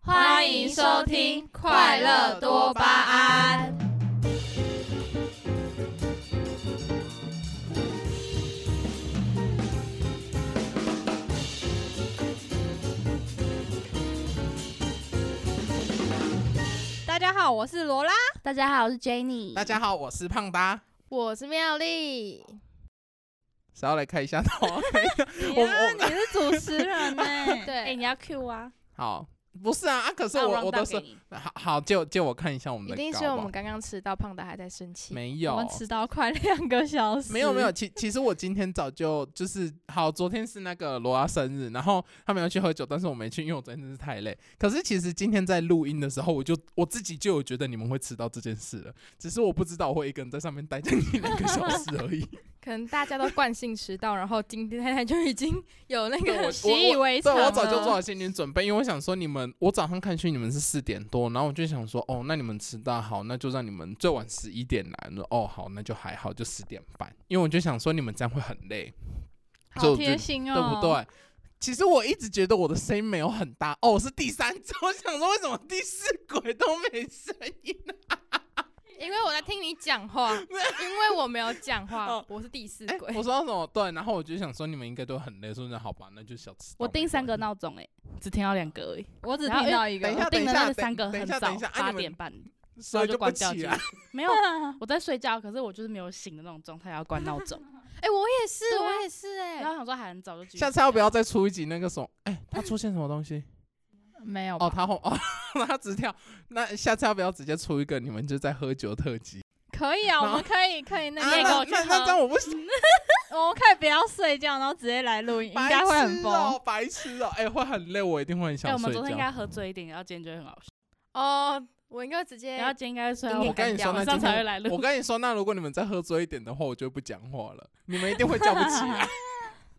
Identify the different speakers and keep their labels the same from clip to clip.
Speaker 1: 欢迎收听《快乐多巴胺》。
Speaker 2: 大家好，我是罗拉。
Speaker 3: 大家好，我是 Jenny。
Speaker 1: 大家好，我是胖达。
Speaker 2: 我是妙丽。
Speaker 1: 谁要来开一下头？我
Speaker 2: 呀，你
Speaker 1: 我
Speaker 2: 是主持人 呢、
Speaker 3: 对，哎、你要 Q 啊？
Speaker 1: 好，不是啊啊！可是
Speaker 3: 那
Speaker 1: 我
Speaker 3: round
Speaker 1: 我都
Speaker 3: down 给
Speaker 1: 是
Speaker 3: 你
Speaker 1: 好好借我借我看一下我们的
Speaker 2: 一
Speaker 1: 稿
Speaker 2: 定是我
Speaker 1: 吧
Speaker 2: 们刚刚迟到，胖达还在生气。
Speaker 1: 没
Speaker 2: 我
Speaker 1: 有
Speaker 2: 们迟到快两个小时。
Speaker 1: 没有没有，，其其实我今天早就就是好，昨天是那个罗拉生日，然后他们要去喝酒，但是我没去，因为我昨天真是太累。可是其实今天在录音的时候，我就我自己就有觉得你们会迟到这件事了，只是我不知道我会一个人在上面待将近两个小时而已。
Speaker 2: 可能大家都惯性迟到，然后今天太太就已经有那
Speaker 1: 对我
Speaker 2: 个
Speaker 1: 我
Speaker 2: 习以为
Speaker 1: 对
Speaker 2: 常了。
Speaker 1: 我早就
Speaker 3: 啊
Speaker 1: 做好心理准备，因为我想说你们，我早上看去你们是四点多，然后我就想说，哦，那你们迟到好，那就让你们最晚十一点来了。哦，好，那就还好，就十点半，因为我就想说你们这样会很累，所以
Speaker 2: 好
Speaker 1: 我觉
Speaker 2: 贴
Speaker 1: 得
Speaker 2: 心哦，
Speaker 1: 对不？对？其实我一直觉得我的声音没有很大，哦，我是第三周， 我想说为什么第四鬼都没声音？
Speaker 2: 因为我在听你 讲话，因为我没有讲话
Speaker 1: 哦，
Speaker 2: 我是第四
Speaker 1: 哎、
Speaker 2: 鬼。
Speaker 1: 我说什么？对，然后我就想说你们应该都很累，说那好吧，那就小吃。
Speaker 3: 我定三个，闹钟，哎，只听到两个而已。
Speaker 2: 我只
Speaker 3: 然后
Speaker 2: 听到一
Speaker 1: 哎 等一
Speaker 2: 个，
Speaker 1: 下
Speaker 3: 我定的那个三个
Speaker 1: 等一
Speaker 3: 很
Speaker 1: 下
Speaker 3: 早
Speaker 1: 等一下，啊
Speaker 3: 八
Speaker 1: 你们
Speaker 3: 点 半，
Speaker 1: 所以
Speaker 3: 就
Speaker 1: 就不
Speaker 3: 关掉
Speaker 1: 起
Speaker 3: 机
Speaker 1: 来。
Speaker 3: 没有，啊我在睡觉，可是我就是没有醒的那种状态，要关闹 钟。
Speaker 2: 哎，我也是，
Speaker 3: 对啊
Speaker 2: 我也是，
Speaker 3: 然后
Speaker 2: 哎，
Speaker 3: 想说还很早就继续
Speaker 1: 下次要不要再出一集那个什么？哎、他出现什么东西？
Speaker 2: 没有
Speaker 1: 哦，他后哦， 他直跳。那下次要不要直接出一个你们就在喝酒特辑？
Speaker 2: 可以啊，
Speaker 1: 后
Speaker 2: 我们可以可以那
Speaker 1: 啊
Speaker 2: 个，
Speaker 1: 那那那这样我不行，
Speaker 2: 我们可以不要睡觉，然后直接来录音，应
Speaker 1: 白
Speaker 2: 该会很
Speaker 1: 痴
Speaker 2: 疯
Speaker 1: 哦，白痴哦，哎、会很累，我一定会很
Speaker 3: 哎、
Speaker 1: 想
Speaker 3: 我们
Speaker 1: 睡
Speaker 3: 昨天应该
Speaker 1: 觉。嗯
Speaker 3: 喝醉一点，然后今天就会很好笑。
Speaker 2: 哦。我应该直接
Speaker 3: 然后今天应该睡到
Speaker 2: 应该
Speaker 1: 我跟你说，那
Speaker 3: 晚
Speaker 1: 今
Speaker 3: 上才会
Speaker 1: 天
Speaker 3: 来录
Speaker 1: 我。跟你说，那如果你们再喝醉一点的话，我就不讲话了，你们一定会叫不起来。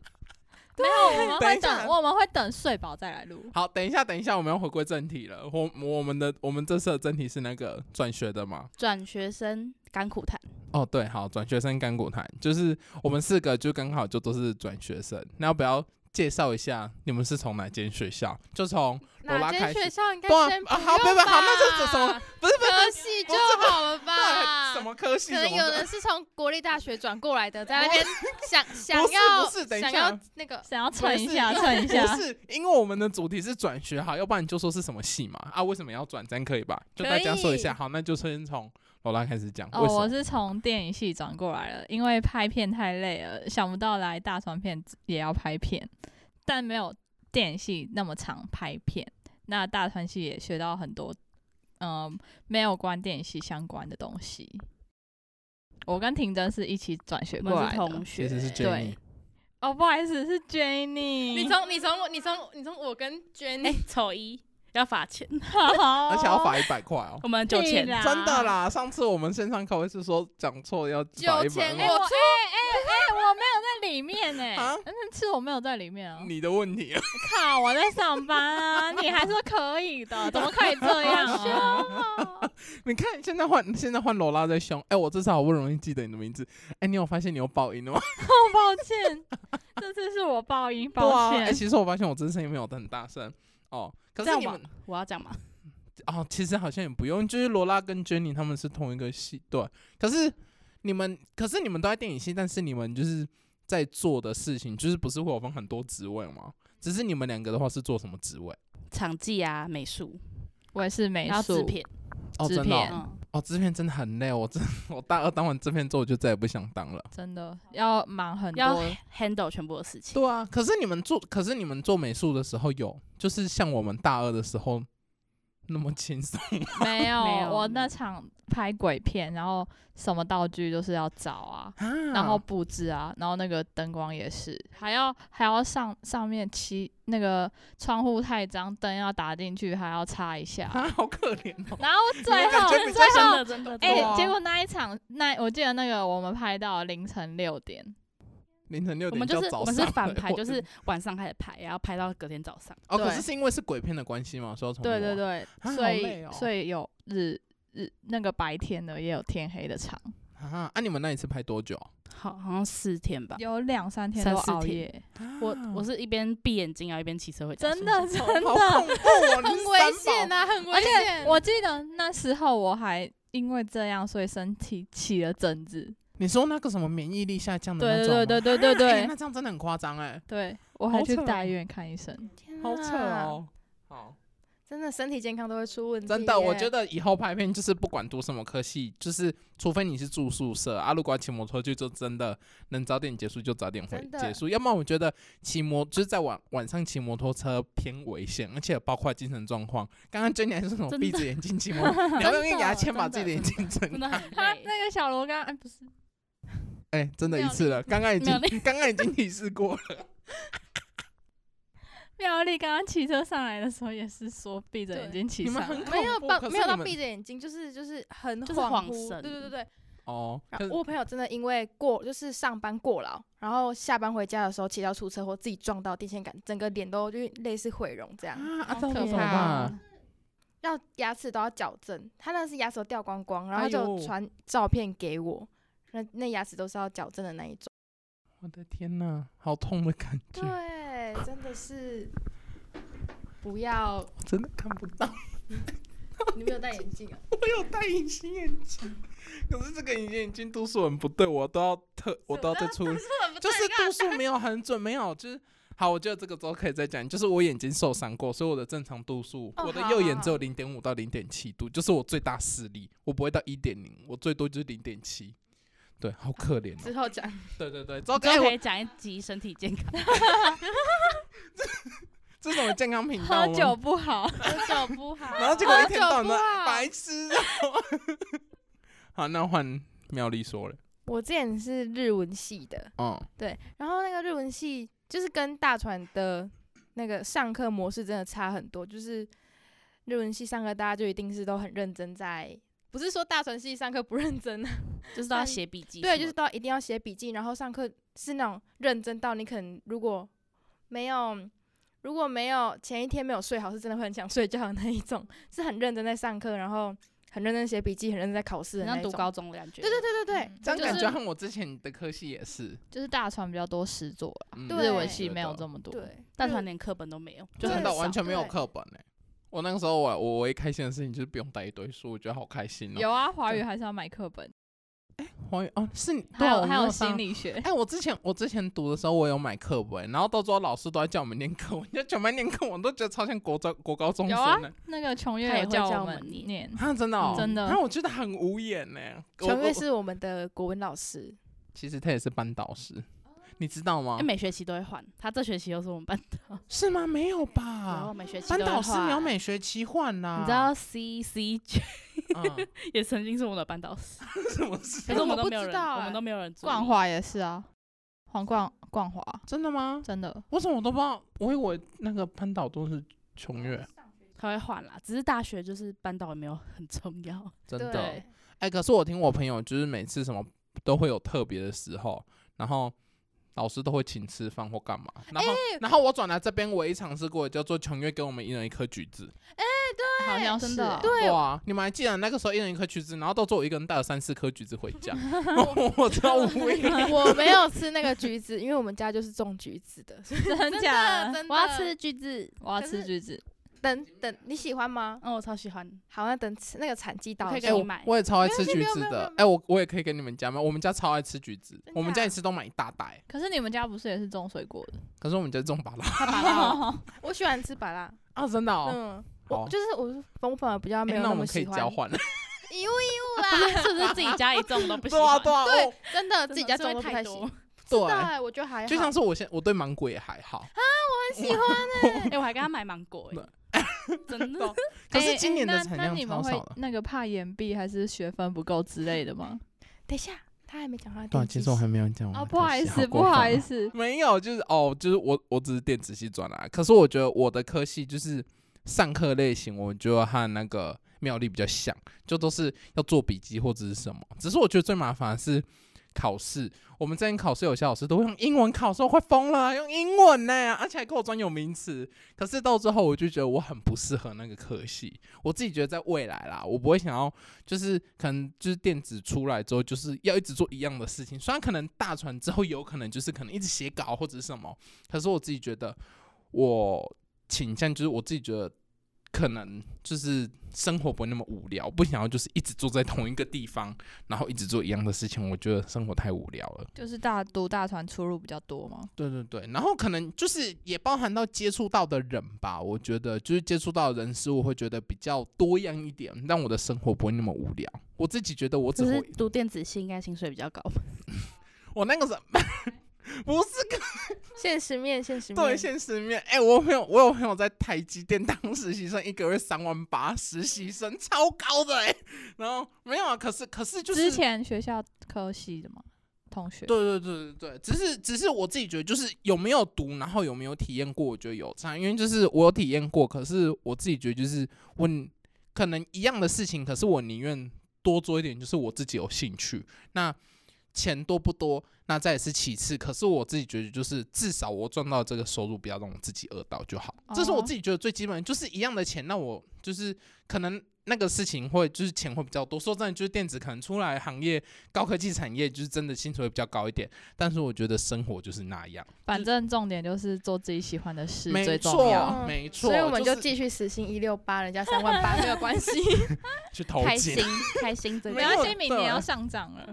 Speaker 2: 没有，我们
Speaker 1: 等一
Speaker 2: 会
Speaker 1: 下
Speaker 2: 等，我们会等睡饱再来录。
Speaker 1: 好，等一下，等一下，我们要回归正题了。我我们的我们这次的正题是那个转学的嘛？
Speaker 3: 转学生甘苦谈，
Speaker 1: 哦，对，好，转学生干股谈，就是我们四个就刚好就都是转学生，那要不要介绍一下你们是从哪间学校？就从罗拉
Speaker 2: 哪间
Speaker 1: 开始
Speaker 2: 学。校应该
Speaker 1: 对啊
Speaker 2: 先
Speaker 1: 啊
Speaker 2: 不
Speaker 1: 好
Speaker 2: 用
Speaker 1: 不要不要好
Speaker 2: 吧
Speaker 1: 那就什么不是不
Speaker 2: 科
Speaker 1: 是
Speaker 2: 系
Speaker 1: 不
Speaker 2: 就是好了吧？
Speaker 1: 对什？么科系
Speaker 2: 可
Speaker 1: 什
Speaker 2: 能
Speaker 1: 么
Speaker 2: 有
Speaker 1: 的？
Speaker 2: 人是从国立大学转过来的，在那边想 想
Speaker 1: 不是
Speaker 2: 要
Speaker 1: 不是等一下
Speaker 2: 想要那个
Speaker 3: 想要
Speaker 1: 蹭一下
Speaker 3: 蹭一
Speaker 1: 不是，因为我们的主题是转学，好，要不然你就说是什么系嘛？啊，为什么要转？咱可以吧？就大家说一下，好，那就先从罗拉开始讲，
Speaker 4: 哦，
Speaker 1: 为什
Speaker 4: 我
Speaker 1: 么？
Speaker 4: 是从电影系转过来了，因为拍片太累了，想不到来大传片也要拍片，但没有电影系那么常拍片。那大传系也学到很多，嗯、没有关电影系相关的东西。我跟婷真是一起转学
Speaker 3: 我
Speaker 4: 过
Speaker 3: 们
Speaker 4: 来
Speaker 3: 是
Speaker 4: 的
Speaker 3: 同。
Speaker 1: 啊其
Speaker 3: 学，
Speaker 1: 实是
Speaker 4: 对
Speaker 1: Jenny，
Speaker 4: 哦，不好意思，是 Jenny。
Speaker 2: 你从你从我你从你从我 跟
Speaker 3: 哎
Speaker 2: Jenny，、
Speaker 3: 丑一要罚钱，
Speaker 2: 哦
Speaker 4: 好，
Speaker 1: 而且要罚一百块哦。
Speaker 3: 我们九千
Speaker 4: 屁。啦
Speaker 1: 真的啦，上次我们线上考会是说讲错要罚一百
Speaker 2: 9000
Speaker 4: 哎，
Speaker 1: 块，
Speaker 4: 我
Speaker 2: 我
Speaker 4: 哎
Speaker 2: 出
Speaker 4: 哎哎，我没有在里面哎、
Speaker 1: 啊
Speaker 4: 那次我没有在里面啊。
Speaker 1: 你的问题啊
Speaker 4: 靠，我在上班啊，你还说可以的，怎么可以这样、啊？
Speaker 1: 你看，现在换现在换罗拉在凶，哎、我至少好不容易记得你的名字，哎、你有发现你有 爆音了吗？
Speaker 4: 抱歉，这次是我报应，
Speaker 1: 对啊
Speaker 4: 抱歉。
Speaker 1: 哎、其实我发现我真声音没有很大声哦，可
Speaker 3: 这
Speaker 1: 是
Speaker 3: 样
Speaker 1: 你
Speaker 3: 吧
Speaker 1: 们，
Speaker 3: 我要讲嘛。
Speaker 1: 哦，其实好像也不用，就是罗拉跟 Jenny 他们是同一个系，对，啊可是你们，可是你们都在电影系，但是你们就是在做的事情，就是不是会有分很多职位吗？只是你们两个的话是做什么职位？
Speaker 3: 场记啊，美术，
Speaker 4: 我也是美
Speaker 3: 然后制
Speaker 4: 术，
Speaker 3: 片，
Speaker 1: 哦，
Speaker 4: 制
Speaker 1: 真的
Speaker 4: 片
Speaker 1: 哦，
Speaker 3: 嗯，
Speaker 1: 哦制片真的很累，我真我大二当完制片之后，我就再也不想当了。
Speaker 4: 真的要 忙很
Speaker 3: 要
Speaker 4: 多。
Speaker 3: handle 全部的事情。
Speaker 1: 对啊，可是你们做，可是你们做美术的时候有，就是像我们大二的时候那么轻松。
Speaker 4: 没有，
Speaker 3: 没有
Speaker 4: 我那场拍鬼片，然后什么道具都是要找啊。 然
Speaker 1: 嗯
Speaker 4: 后布置啊，然后那个灯光也是，还要还要上上面漆那个窗户太脏，灯要打进去，还要擦一 下。
Speaker 1: 啊，好可怜哦。
Speaker 4: 然后最
Speaker 1: 感
Speaker 4: 后
Speaker 1: 觉比较
Speaker 4: 最
Speaker 3: 真
Speaker 4: 后
Speaker 3: 的真的，
Speaker 4: 哎、
Speaker 3: 真
Speaker 1: 对啊
Speaker 3: 的
Speaker 4: 结果那一场，那我记得那个我们拍到凌晨六点，
Speaker 1: 凌晨六
Speaker 3: 我
Speaker 1: 点
Speaker 3: 们就
Speaker 1: 叫
Speaker 3: 是
Speaker 1: 早
Speaker 3: 我们是
Speaker 1: 上
Speaker 3: 反
Speaker 1: 了
Speaker 3: 排，
Speaker 1: 我
Speaker 3: 就是晚上开始排，然后排到隔天早上。
Speaker 1: 哦，可
Speaker 4: 对
Speaker 1: 是是因为是鬼片的关系嘛，所以要重
Speaker 4: 对对
Speaker 1: 录啊，
Speaker 4: 对，
Speaker 1: 啊
Speaker 4: 所
Speaker 1: 好累
Speaker 4: 以、
Speaker 1: 哦
Speaker 4: 所以有日日那个白天的，也有天黑的场，
Speaker 1: 啊，啊，你们那一次拍多久？
Speaker 3: 好，好像四天吧。
Speaker 4: 有两三天
Speaker 3: 三
Speaker 4: 都
Speaker 3: 四
Speaker 4: 熬
Speaker 3: 天
Speaker 4: 夜，
Speaker 3: 我我是一边闭眼睛，然后一边骑车回家。
Speaker 4: 真的，真
Speaker 1: 啊好
Speaker 4: 的
Speaker 1: 恐怖哦！你
Speaker 2: 很
Speaker 1: 是
Speaker 2: 危
Speaker 1: 三
Speaker 2: 危
Speaker 1: 宝
Speaker 2: 险啊，很
Speaker 4: 而
Speaker 2: 危险。
Speaker 4: 且我记得那时候我还因为这样，所以身体起了疹子。
Speaker 1: 你说那个什么免疫力下降的那
Speaker 4: 对
Speaker 1: 种
Speaker 4: 对
Speaker 1: 吗
Speaker 4: 对对对对
Speaker 1: 哎
Speaker 4: 对
Speaker 1: 那这样真的很夸张哎，
Speaker 4: 对，我
Speaker 1: 好
Speaker 4: 还去
Speaker 1: 扯哦
Speaker 4: 大医院看医生。
Speaker 2: 天
Speaker 1: 好扯
Speaker 2: 啊！
Speaker 1: 哦。好，
Speaker 2: 真的身体健康都会出问题耶。
Speaker 1: 真的，我觉得以后拍片就是不管读什么科系，就是除非你是住宿舍啊，如果要骑摩托就就真的能早点结束就早点回
Speaker 2: 真的
Speaker 1: 结束，要不然我觉得骑摩就是在晚晚上骑摩托车偏危险，而且包括精神状况。刚刚 Jenny 还是什么
Speaker 3: 真的
Speaker 1: 闭着眼睛骑摩托，你要不要用牙签把自己的
Speaker 3: 真
Speaker 1: 眼
Speaker 3: 的
Speaker 1: 睛
Speaker 3: 真
Speaker 1: 睁
Speaker 3: 的
Speaker 1: 开？
Speaker 3: 很
Speaker 4: 他
Speaker 3: 累。
Speaker 4: 那个小罗刚哎不是，
Speaker 1: 哎，真的一次了，刚刚已经
Speaker 3: 没有
Speaker 1: 刚刚已经提示过了。
Speaker 4: 妙丽刚刚骑车上来的时候也是说闭着眼睛骑
Speaker 1: 你们
Speaker 4: 上
Speaker 1: 很
Speaker 4: 来，
Speaker 2: 没有
Speaker 1: 恐怖
Speaker 2: 到
Speaker 1: 可是
Speaker 2: 没有到
Speaker 1: 你们
Speaker 2: 闭着眼睛，就是就是很
Speaker 3: 就是
Speaker 2: 恍
Speaker 3: 恍
Speaker 2: 惚。
Speaker 3: 神
Speaker 2: 对对对对。
Speaker 1: 哦，
Speaker 2: 然
Speaker 1: 可
Speaker 2: 后
Speaker 1: 是
Speaker 2: 我朋友真的因为过就是上班过劳，然后下班回家的时候骑到出车祸，自己撞到电线杆，整个脸都就是类似毁容这样，
Speaker 1: 啊，啊
Speaker 4: 好
Speaker 1: 这样
Speaker 4: 可
Speaker 1: 怎么
Speaker 4: 怕哦
Speaker 1: 办？
Speaker 2: 要牙齿都要矫正。他那是牙齿都掉光光，然后
Speaker 1: 哎
Speaker 2: 他就
Speaker 1: 呦
Speaker 2: 传照片给我，那那牙齿都是要矫正的那一种。
Speaker 1: 我的天哪，好痛的感觉， 我
Speaker 2: 对，啊真的是不要，
Speaker 1: 真的看不到。
Speaker 2: 你没有戴眼镜啊？
Speaker 1: 我有戴隐形眼镜， 可是这个隐形眼镜度数很不对，我都要特，我都要再出，就是度数没有很准，没有就是。好，我觉得这个之后可以再讲，就是我眼睛受伤过，所以我的正常度数，
Speaker 2: 哦
Speaker 1: 我的
Speaker 2: 好
Speaker 1: 右
Speaker 2: 好
Speaker 1: 眼只
Speaker 2: 好
Speaker 1: 有零点五到零点七度，就是我最大视力，我不会到一点零，我最多就是零点七。对，好可怜哦。
Speaker 2: 之后讲，
Speaker 1: 对对对，之后
Speaker 3: 之
Speaker 1: 可以
Speaker 3: 后
Speaker 1: 我
Speaker 3: 可以讲一集身体健康，
Speaker 1: 这种健康频道
Speaker 4: 喝
Speaker 1: 吗
Speaker 4: 酒不 好。
Speaker 3: 喝酒不好。
Speaker 1: 然后结果一天到晚
Speaker 2: 好
Speaker 1: 的
Speaker 2: 久不好
Speaker 1: 白痴、哦。 好，那换妙丽说了，
Speaker 2: 我之前是日文系的，
Speaker 1: 嗯，
Speaker 2: 对，然后那个日文系就是跟大船的那个上课模式真的差很多，就是日文系上课大家就一定是都很认真在。不是说大船系上课不认真啊，
Speaker 3: 就是都要写笔记什么的，
Speaker 2: 对，就是都要一定要写笔记，然后上课是那种认真到你可能如果没有如果没有前一天没有睡好，是真的会很想睡觉的那一种，是很认真在上课，然后很认真写笔记，很认真在考试的
Speaker 3: 很
Speaker 2: 那
Speaker 3: 像
Speaker 2: 一种。
Speaker 3: 读高中的感觉。
Speaker 2: 对对对对对，
Speaker 4: 嗯
Speaker 1: 这样
Speaker 3: 就是
Speaker 1: 感觉和我之前的科系也是，
Speaker 4: 就是大船比较多诗作啦，
Speaker 1: 嗯
Speaker 2: 对
Speaker 4: 日文系没有这么多。
Speaker 2: 对，
Speaker 3: 但是他连课本都没有，
Speaker 1: 就
Speaker 2: 对
Speaker 1: 很
Speaker 3: 很
Speaker 1: 到
Speaker 3: 少
Speaker 1: 完全没有
Speaker 2: 对
Speaker 1: 课本呢、我那个时候我我唯一开心的事情就是不用带一堆书，我觉得好开心哦、
Speaker 4: 有啊，华语还是要买课本，
Speaker 1: 华语哦，是你
Speaker 4: 还
Speaker 1: 对啊
Speaker 4: 有
Speaker 1: 我
Speaker 4: 还
Speaker 1: 没
Speaker 4: 有
Speaker 1: 有上
Speaker 4: 心理学
Speaker 1: 哎、。我之前我之前读的时候，我有买课本，然后到最后老师都在叫我们念课文，就全班念课文，我都觉得超像国中国高中
Speaker 4: 有啊
Speaker 1: 生呢、
Speaker 4: 那个琼
Speaker 3: 他
Speaker 4: 月
Speaker 3: 也
Speaker 4: 有
Speaker 3: 会叫
Speaker 4: 我
Speaker 3: 我
Speaker 4: 们
Speaker 3: 们念
Speaker 4: 念，
Speaker 1: 啊，真的、哦，
Speaker 4: 真的
Speaker 1: 然后我觉得很无言呢、我
Speaker 2: 陈月
Speaker 1: 我
Speaker 2: 是我们的国文老师，
Speaker 1: 其实他也是班导师，你知道吗
Speaker 4: 哎
Speaker 3: 因为？每学期都会换。他这学期又是我们班
Speaker 1: 是吗？没有
Speaker 3: 然后
Speaker 1: 吧？
Speaker 3: 每学期
Speaker 1: 班
Speaker 3: 都会
Speaker 1: 导师
Speaker 3: 换
Speaker 1: 你要每学期换啦、
Speaker 3: 啊你知道 C C J
Speaker 1: 嗯
Speaker 3: 也曾经是我的班导师，
Speaker 1: 什么事？
Speaker 3: 哎可是我们
Speaker 2: 我
Speaker 3: 都
Speaker 2: 不
Speaker 3: 没有
Speaker 2: 知
Speaker 3: 人，
Speaker 2: 道
Speaker 3: 我
Speaker 2: 哎
Speaker 3: 们都没有人做。
Speaker 4: 冠华也是啊，黄冠冠华
Speaker 1: 真的吗？
Speaker 4: 真的
Speaker 1: 为什么我都不知道？我以为那个潘导都是琼月，
Speaker 3: 他会换啦，只是大学就是班导也没有很重 要。
Speaker 1: 真的。
Speaker 2: 对
Speaker 1: 哎、，可是我听我朋友，就是每次什么都会有特别的时候，然后老师都会请吃饭或干嘛。
Speaker 2: 哎
Speaker 1: 然后，然后我转来这边，唯一尝试过的叫做琼月给我们一人一颗橘子。
Speaker 4: 好像
Speaker 3: 真
Speaker 4: 是
Speaker 3: 的
Speaker 4: 啊
Speaker 3: 对
Speaker 1: 对啊，你们还记得那个时候一人一颗橘子，然后到最后我一个人带了三四颗橘子回家， 我我超无语。
Speaker 2: 我没有吃那个橘子，因为我们家就是种橘子的。
Speaker 4: 真假
Speaker 2: 真的
Speaker 4: 我要吃橘子，我要
Speaker 2: 可
Speaker 4: 吃
Speaker 2: 是
Speaker 4: 橘子，
Speaker 2: 等等，你喜欢吗？
Speaker 3: 嗯，我超喜 欢，
Speaker 2: 好，那等吃那个产季到
Speaker 3: 我可
Speaker 2: 的
Speaker 3: 以
Speaker 2: 时
Speaker 1: 哎、
Speaker 3: 给
Speaker 2: 候，
Speaker 3: 你
Speaker 1: 我
Speaker 3: 买
Speaker 1: 我也超爱吃
Speaker 2: 没关系
Speaker 1: 橘
Speaker 2: 没有
Speaker 1: 子
Speaker 2: 没有没有
Speaker 1: 的。哎、我我也可以跟你们家吗？我们家超爱吃橘子，
Speaker 2: 真
Speaker 1: 我们
Speaker 2: 假
Speaker 1: 家一次都买一大袋，
Speaker 4: 可是你们家不是也是种水 果的？
Speaker 1: 可是我们家种芭 拉
Speaker 2: 他把
Speaker 4: 哦
Speaker 2: 拉，我喜欢吃芭拉。
Speaker 1: 啊，真的哦。
Speaker 2: 嗯，
Speaker 1: 好
Speaker 2: 我就是我是我反而比较没
Speaker 1: 哎
Speaker 2: 有
Speaker 1: 那我们
Speaker 2: 么
Speaker 1: 可以
Speaker 2: 喜欢。
Speaker 1: 交换，啊
Speaker 2: 一物一物
Speaker 3: 不
Speaker 2: 啦，
Speaker 3: 是是不是自己家里种都不喜
Speaker 1: 对啊
Speaker 3: 欢？
Speaker 1: 对啊，
Speaker 2: 对
Speaker 1: 哦
Speaker 2: 真的
Speaker 3: 真的
Speaker 2: 自己家
Speaker 3: 是会
Speaker 2: 种的不
Speaker 3: 太
Speaker 2: 太
Speaker 3: 多
Speaker 2: 行。
Speaker 1: 对
Speaker 2: 对，我觉得还好。
Speaker 1: 就像是我现我对芒果也还好，
Speaker 2: 很喜欢，
Speaker 3: 哎、我还跟他买芒 果、哎，真的。
Speaker 1: 可
Speaker 4: 哎
Speaker 1: 是
Speaker 4: 哎
Speaker 1: 今年的
Speaker 4: 那
Speaker 1: 产
Speaker 4: 那
Speaker 1: 量
Speaker 4: 你们
Speaker 1: 超
Speaker 4: 会
Speaker 1: 少的。
Speaker 4: 那个怕延毕还是学分不够之类的 吗？
Speaker 2: 等一下，他还没讲话。
Speaker 1: 对啊，其实我还没有讲完
Speaker 4: 啊，不好意思，不
Speaker 1: 好
Speaker 4: 好意
Speaker 1: 思。
Speaker 4: 思，
Speaker 1: 没有，就是哦，就是我我只是电子系转来，可是我觉得我的科系就是上课类型，我觉得和那个妙丽比较像，就都是要做笔记或者是什么。只是我觉得最麻烦的是考试，我们之前考试有些老师都会用英文考试，我快疯了，用英文呢，而且还给我专有名词。可是到最后，我就觉得我很不适合那个科系。我自己觉得在未来啦，我不会想要就是可能就是电子出来之后，就是要一直做一样的事情。虽然可能大船之后有可能就是可能一直写稿或者是什么，可是我自己觉得我倾向就是我自己觉得可能就是生活不会那么无聊，不想要就是一直坐在同一个地方，然后一直做一样的事情，我觉得生活太无聊了。
Speaker 4: 就是大读大船出入比较多嘛。
Speaker 1: 对对对，然后可能就是也包含到接触到的人吧，我觉得就是接触到的人事物会觉得比较多样一点，让我的生活不会那么无聊。我自己觉得我只
Speaker 3: 只是
Speaker 1: 会
Speaker 3: 读电子系应该薪水比较高吧？
Speaker 1: 我那个时候 不是
Speaker 2: 现实面，现实面，
Speaker 1: 对现实面，哎、我朋友我有朋友在台积电当实习生，一个月三万八，实习生超高的哎、然后没有啊，可是可是就是
Speaker 4: 之前学校科系的嘛，同学。
Speaker 1: 对对对对对，只是只是我自己觉得，就是有没有读，然后有没有体验过，我觉得有差。因为就是我有体验过，可是我自己觉得就是我可能一样的事情，可是我宁愿多做一点，就是我自己有兴趣。那钱多不多，那再也是其次。可是我自己觉得，就是至少我赚到这个收入，不要让我自己饿到就好。这是我
Speaker 4: 哦
Speaker 1: 自己觉得最基本的，就是一样的钱，那我就是可能那个事情会就是钱会比较多。说真的，就是电子可能出来行业高科技产业就是真的薪水会比较高一点，但是我觉得生活就是那样，
Speaker 4: 反正重点就是做自己喜欢的事
Speaker 1: 没
Speaker 4: 最重要。
Speaker 1: 错，
Speaker 2: 嗯
Speaker 1: 没错，
Speaker 2: 所以我们就是继续死薪一六八，人家三万八没有 关系。
Speaker 1: 去投
Speaker 3: 开
Speaker 1: 简
Speaker 3: 心，开心这
Speaker 1: 没
Speaker 4: 没
Speaker 1: 有
Speaker 4: 关
Speaker 1: 错
Speaker 3: 个。
Speaker 4: 系，明年要上涨了，